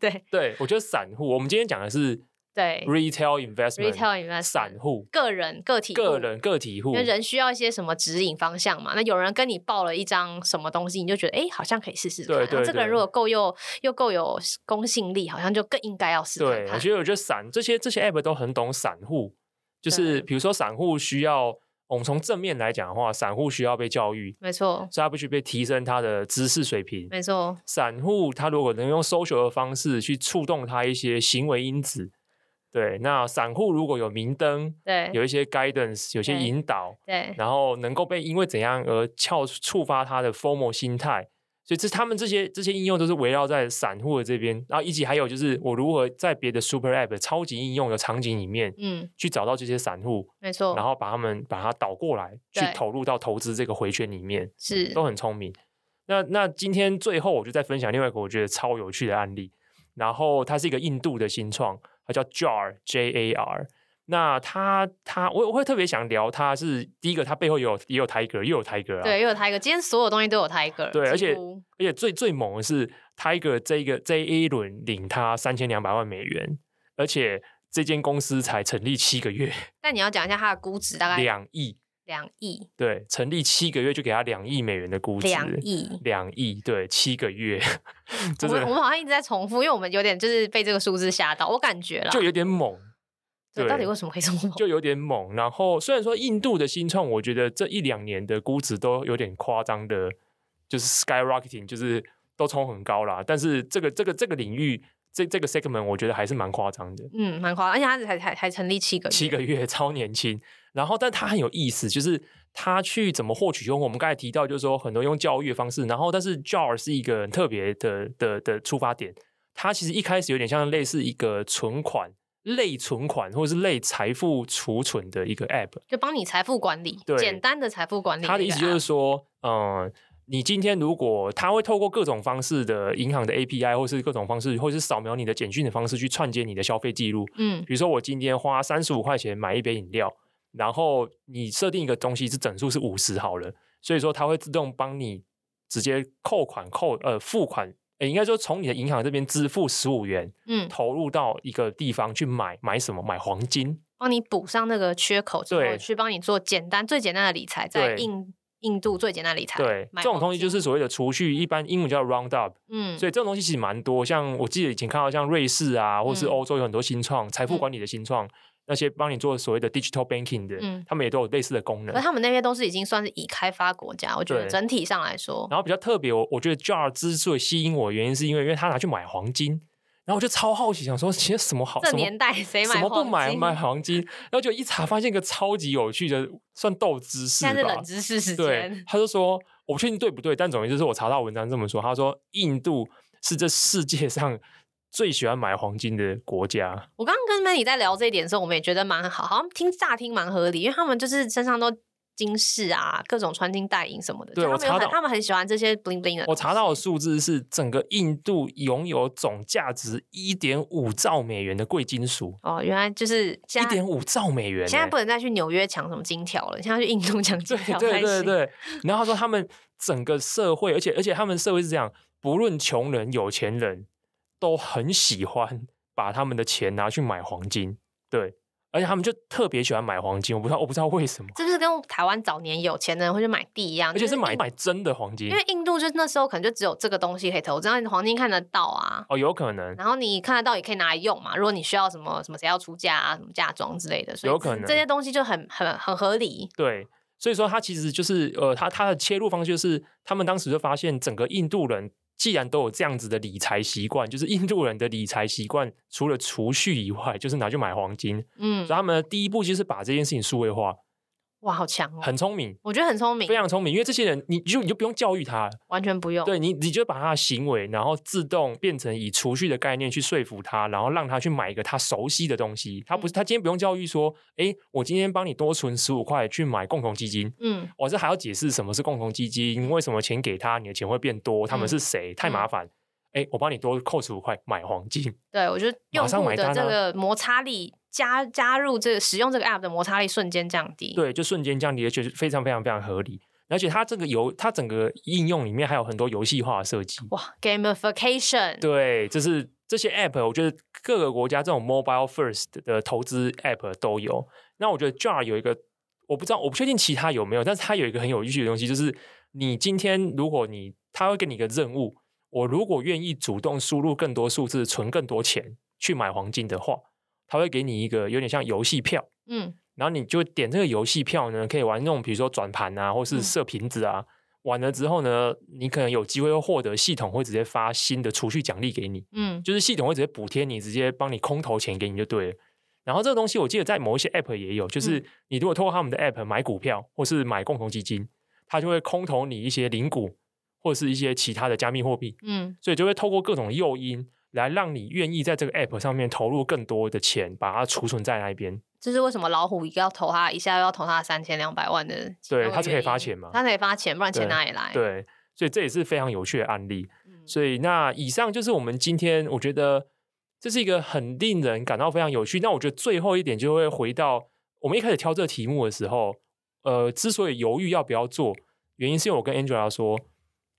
对
对，我觉得散户，我们今天讲的是
对
retail investment
retail investment
散户、
个人个体户
个人个体户
因为人需要一些什么指引方向嘛。那有人跟你报了一张什么东西，你就觉得哎、诶好像可以试试看。
对
然后
对
这个人
对
如果够又又够有公信力，好像就更应该要试看
对，我
看。
觉得我觉得散这些这些 app 都很懂散户，就是
对
比如说散户需要，我们从正面来讲的话，散户需要被教育，
没错，
所以他必须被提升他的知识水平。
没错，
散户他如果能用 social 的方式去触动他一些行为因子，对，那散户如果有明灯，
对
有一些 guidance，有些
对
引导，
对
然后能够被因为怎样而撬触发他的 formal 心态，所以这他们这些这些应用都是围绕在散户的这边，然后以及还有就是我如何在别的 super app 超级应用的场景里面
嗯，
去找到这些散户，
没错，
然后把他们把它倒过来去
哦对
投入到投资这个回圈里面，
是
都很聪明。那那今天最后我就再分享另外一个我觉得超有趣的案例，然后它是一个印度的新创，它叫 Jar J A R。那它它我我会特别想聊它是第一个，它背后也有也有 Tiger 又有 Tiger 啊，
对，又有 Tiger，今天所有东西都有 Tiger，
对而
几
且
乎
而且最最猛的是 Tiger 这一个这一轮领它三千两百万美元，而且这间公司才成立七个月，
但你要讲一下它的估值大概
两亿，
两亿，
对，成立七个月就给它两亿美元的估值，
两亿。
两亿，对，七个月，[laughs]
我
真
们我
的
们好像一直在重复，因为我们有点就是被这个数字吓到，我感觉啦，
就有点猛，
对
对
到底为什么可以这么猛？
就有点猛。然后虽然说印度的新创，我觉得这一两年的估值都有点夸张的，就是 skyrocketing，就是都冲很高啦。但是这个这个这个领域，这这个 segment，我觉得还是蛮夸张的。
嗯，蛮夸张，而且它才才才成立七个月，
七个月，超年轻。然后，但他很有意思，就是他去怎么获取用户。我们刚才提到，就是说很多用教育的方式，然后但是 JAR 是一个很特别的的的出发点。它其实一开始有点像类似一个存款、类存款或者是类财富储存的一个 App。
就帮你财富管理
对，
简单的财富管理一个啊
他
app。
的意思就是说，嗯，你今天如果他会透过各种方式的银行的 API，或是各种方式，或是扫描你的简讯的方式去串接你的消费记录，
嗯，
比如说我今天花三十五块钱买一杯饮料，然后你设定一个东西是整数是五十好了，所以说它会自动帮你直接扣款扣呃付款，呃应该说从你的银行这边支付十五元，
嗯，
投入到一个地方去买买什么买黄金，
帮你补上那个缺口之后，
对
去帮你做简单最简单的理财，在
对
印印度最简单的理财，
对，
买
这种
黄
东西
金
就是所谓的储蓄，一般英文叫 round up，
嗯，
所以这种东西其实蛮多，像我记得以前看到像瑞士啊，或是
嗯
欧洲有很多新创财富管理的新创，那些帮你做所谓的 digital banking 的，
嗯
他们也都有类似的功能
而。他们那些都是已经算是已开发国家，我觉得
对
整体上来说，
然后比较特别，我我觉得 JAR 之所以吸引我，原因是因为因为他拿去买黄金，然后我就超好奇，想说其实什么好
这
什么
年代谁买
什么不
黄
买
金
买黄金，然后就一查发现一个超级有趣的算豆知识
现在是
吧
冷，知识时
对
间，，
他就说我不确定对不对，但总之就是我查到文章这么说，他说印度是这世界上最喜欢买黄金的国家，
我刚刚跟 Manny 在聊这一点的时候，我们也觉得蛮好，好像听乍听蛮合理，因为他们就是身上都金饰啊，各种穿金戴银什么的。
对
就他
我
们有
查
很
到
他们很喜欢这些 bling bling 的。
我查到的，数字是整个印度拥有总价值一点五兆美元的贵金属，
哦，原来就是
一
现在
点五兆美元、欸，
现在不能再去纽约抢什么金条了，现在去印度 [laughs] 抢金
对
条才
对对
行。
对，然后他说他们整个社会，而且而且他们社会是这样，不论穷人有钱人，都很喜欢把他们的钱拿去买黄金，对，而且他们就特别喜欢买黄金，我不知道我不知道为什么，
这就是跟台湾早年有钱的人会去买地一样，
而且
啊就是
买买真的黄金
因为印度就是那时候可能就只有这个东西可以投资，然后你黄金看得到啊，
哦，有可能
然后你看得到也可以拿来用嘛。如果你需要什么什么谁要出嫁啊，什么嫁妆之类的，所以
有可能
这些东西就很很很合理。
对。所以说，他其实就是呃，他他的切入方式就是，他们当时就发现，整个印度人既然都有这样子的理财习惯，就是印度人的理财习惯除了储蓄以外，就是拿去买黄金。
嗯
所以，他们的第一步就是啊把这件事情数位化，
哇，好强哦！
很聪明，
我觉得很聪明
非，常聪明。因为这些人，你就你就不用教育他了，
完全不用。
对你，你就把他的行为，然后自动变成以储蓄的概念去说服他，然后让他去买一个他熟悉的东西。他不是他今天不用教育说，诶，我今天帮你多存十五块去买共同基金。
嗯，
我、这还要解释什么是共同基金，为什么钱给他，你的钱会变多，他们是谁，太麻烦。诶，我帮你多扣十五块买黄金，
对，我觉得用
马上
户
买单
的
啊
这个摩擦力加加入这个使用这个 app 的摩擦力瞬间降低。，
对，就瞬间降低，而且是非常非常非常合理。而且它这个游，它整个应用里面还有很多游戏化的设计，
哦哇，gamification，
对，这是这些 app，我觉得各个国家这种 mobile first 的投资 app 都有。那我觉得 Jar 有一个，我不知道，我不确定其他有没有，但是它有一个很有趣的东西，就是你今天如果你他会给你一个任务，我如果愿意主动输入更多数字，存更多钱去买黄金的话，他会给你一个有点像游戏票。
嗯
然后你就点这个游戏票呢，可以玩那种比如说转盘啊，或是射瓶子啊。玩了之后呢，你可能有机会会获得系统会直接发新的储蓄奖励给你，
嗯
就是系统会直接补贴你，直接帮你空投钱给你就对了。然后这个东西我记得在某一些 App 也有，就是你如果透过他们的 App 买股票或是买共同基金，它就会空投你一些零股或是一些其他的加密货币，
嗯
所以就会透过各种诱因来让你愿意在这个 App 上面投入更多的钱，把它储存在那边。
这是为什么老虎要投他一下要投他三千两百万的其中一个原因？
对他是可以发钱嘛
他可以发钱，不然钱
对
哪里来？
对，所以这也是非常有趣的案例。
嗯，
所以那以上就是我们今天我觉得这是一个很令人感到非常有趣。那我觉得最后一点就会回到我们一开始挑这个题目的时候，呃，之所以犹豫要不要做，原因是因为我跟 Angela 说，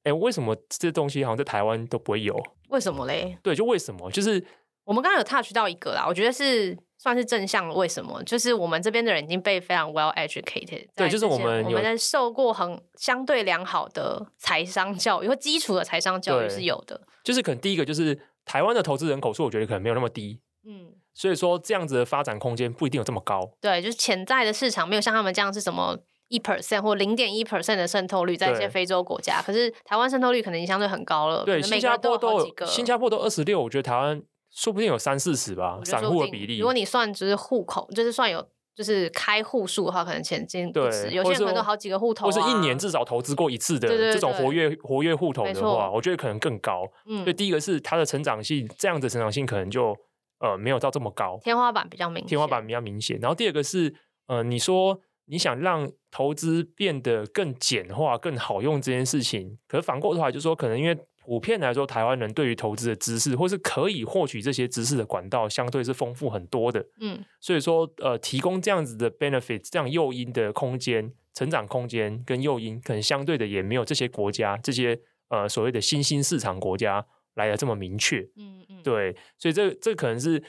哎，为什么这东西好像在台湾都不会有？
为什么嘞？
对，就为什么？就是
我们刚刚有 touch 到一个啦，我觉得是算是正向了。为什么？就是我们这边的人已经被非常 well educated，在
对就是
这些
我们
我
有
们在受过很相对良好的财商教育或基础的财商教育
对
是有的。
就是可能第一个就是台湾的投资人口数，我觉得可能没有那么低，
嗯，
所以说这样子的发展空间不一定有这么高。
对，就是潜在的市场没有像他们这样是什么。一 percent 或零点一 percent 的渗透率在一些
对
非洲国家，可是台湾渗透率可能已经相对很高了。
对，
哦可能
新
每个
加
人都
坡
有好几
都
个。
有，新加坡都二十六，我觉得台湾说不定有三四十吧
我，觉得
散
说不
户的
定
比例。
如果你算就是户口，就是算有就是开户数的话，可能前进不
对
止，有
或
些人
是
可能都好几个户头、啊，
或是一年至少投资过一次的
对对
这种
对
活跃活跃户头
没
的
错
话，我觉得可能更高。
嗯
所以第一个是它的成长性，这样子成长性可能就呃没有到这么高，
天花板比较明显，
天花板比较明显。然后第二个是呃，你说你想让投资变得更简化、更好用这件事情，可是反过头来就说，可能因为普遍来说，台湾人对于投资的知识，或是可以获取这些知识的管道，相对是丰富很多的。
嗯
所以说，呃，提供这样子的 benefit，这样诱因的空间、成长空间跟诱因，可能相对的也没有这些国家、这些呃所谓的新兴市场国家来的这么明确。
嗯嗯，
对，所以这这可能是，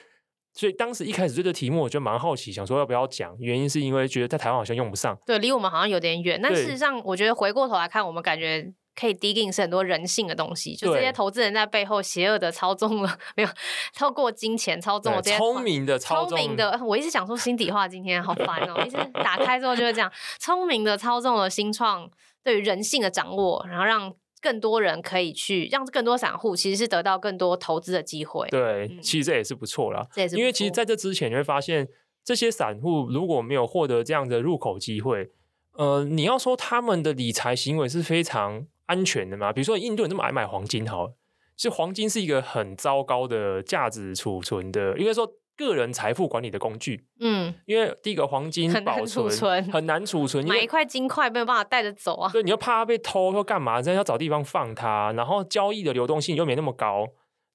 所以当时一开始对这题目我就蛮好奇，想说要不要讲，原因是因为觉得在台湾好像用不上。
对，离我们好像有点远，但
对
事实上，我觉得回过头来看，我们感觉。可以 digging 是很多人性的东西，就这
对
些投资人在背后邪恶的操纵了， [laughs] 没有透过金钱操纵
对
了这些
聪明的操
聪
纵，
明的，我一直想说心底话，今天好烦哦、一直打开之后就会这样，聪明的操纵了新创对于人性的掌握，然后让更多人可以去，让更多散户其实是得到更多投资的机会。
对，
嗯
其实这也是不错啦。
这也是
因为
不
其实
错
在这之前，你会发现这些散户如果没有获得这样的入口机会，呃，你要说他们的理财行为是非常安全的嘛？比如说印度人这么爱买黄金，好了，其实黄金是一个很糟糕的价值储存的，应该说个人财富管理的工具。
嗯，
因为第一个，黄金
很难
保
储
存
存
很难储存，因
买
为
一块金块没有办法带着走啊。
对，你又怕它被偷或干嘛，这样要找地方放它，然后交易的流动性又没那么高，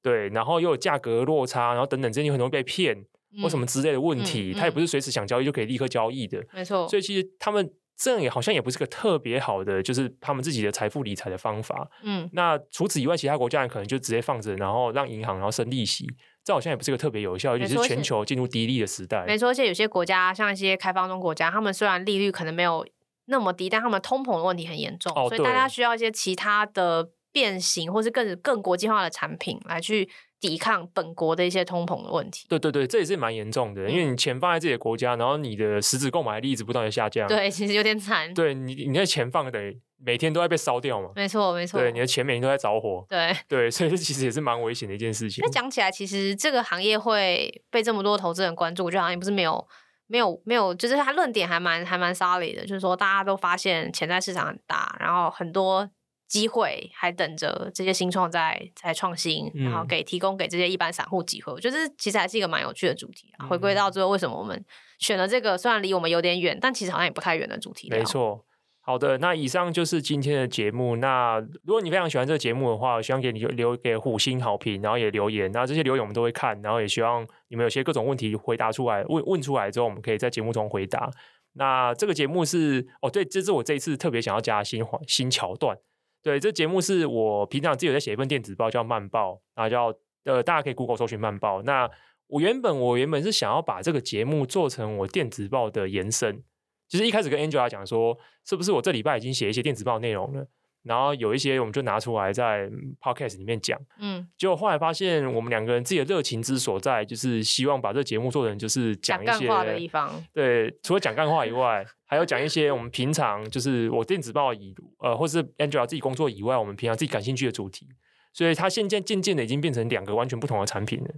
对，然后又有价格落差，然后等等，这些很容易被骗或什么
嗯？
之类的问题，
嗯哦
它也不是随时想交易就可以立刻交易的，
没错，
所以其实他们这样也好像也不是个特别好的，就是他们自己的财富理财的方法。
嗯，
那除此以外，其他国家人可能就直接放着，然后让银行然后生利息，这好像也不是个特别有效，尤
没
其是
错而且
全球进入低利的时代。
没错。而且有些国家，像一些开发中国家，他们虽然利率可能没有那么低，但他们通膨的问题很严重，
哦
所以大
对
家需要一些其他的变形或是更更国际化的产品来去抵抗本国的一些通膨的问题。
对对对，这也是蛮严重的，
嗯
因为你钱放在自己的国家，然后你的实质购买力一直不断的下降，
对，其实有点惨。
对你，你的钱放等于每天都在被烧掉嘛？
没错，没错。
对，你的钱每天都在着火，
对，
对，所以这其实也是蛮危险的一件事情
那。讲起来，其实这个行业会被这么多投资人关注，我觉得好像也不是没有、没有、没有，就是他论点还蛮还蛮 solid 的，就是说大家都发现潜在市场很大，然后很多机会还等着这些新创在在创新，然后
嗯
给提供给这些一般散户机会。我觉得这其实还是一个蛮有趣的主题啊。回归
嗯
到最后，为什么我们选了这个虽然离我们有点远，但其实好像也不太远的主题。
没，错。好的，那以上就是今天的节目。那如果你非常喜欢这个节目的话，希望给你留给五星好评，然后也留言。那这些留言我们都会看，然后也希望你们有些各种问题回答出来，问问出来之后，我们可以在节目中回答。那这个节目是哦，对，这是我这一次特别想要加的新环新桥段。对，这节目是我平常自己有在写一份电子报，叫《慢报》，然后叫呃，大家可以 Google 搜寻慢报。那我原本我原本是想要把这个节目做成我电子报的延伸，就是一开始跟 Angela 讲说，是不是我这礼拜已经写一些电子报内容了，然后有一些我们就拿出来在 Podcast 里面讲。
嗯，
结果后来发现，我们两个人自己的热情之所在，就是希望把这节目做成就是
讲
一
干
些
话的地方，
对，除了讲干话以外，还有讲一些我们平常就是我电子报以呃，或是 Angela 自己工作以外，我们平常自己感兴趣的主题。所以它现在渐渐的已经变成两个完全不同的产品了。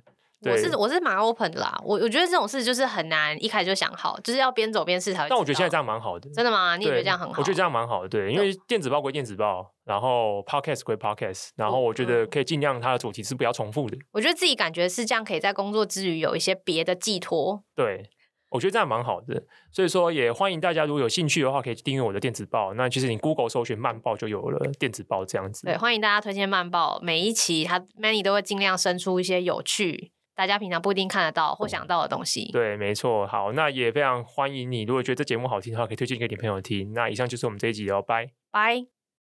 对
我是我是蛮 open 的啦，我我觉得这种事就是很难一开始就想好，就是要边走边试才会知道。
但我觉得现在这样蛮好的，
真的吗？你也觉得
对
这样很好？
我觉得这样蛮好的，对，因为电子报归电子报，然后 podcast 归 podcast，然
嗯
后我觉得可以尽量它的主题是不要重复的。
我觉得自己感觉是这样，可以在工作之余有一些别的寄托。
对，我觉得这样蛮好的。所以说，也欢迎大家如果有兴趣的话，可以订阅我的电子报。那其实你 Google 搜寻慢报就有了电子报这样子。
对，欢迎大家推荐慢报，每一期他 Many 都会尽量生出一些有趣，大家平常不一定看得到或想到的东西。
对，没错。好，那也非常欢迎你，如果觉得这节目好听的话，可以推荐给你朋友听。那以上就是我们这一集哦，拜。
拜。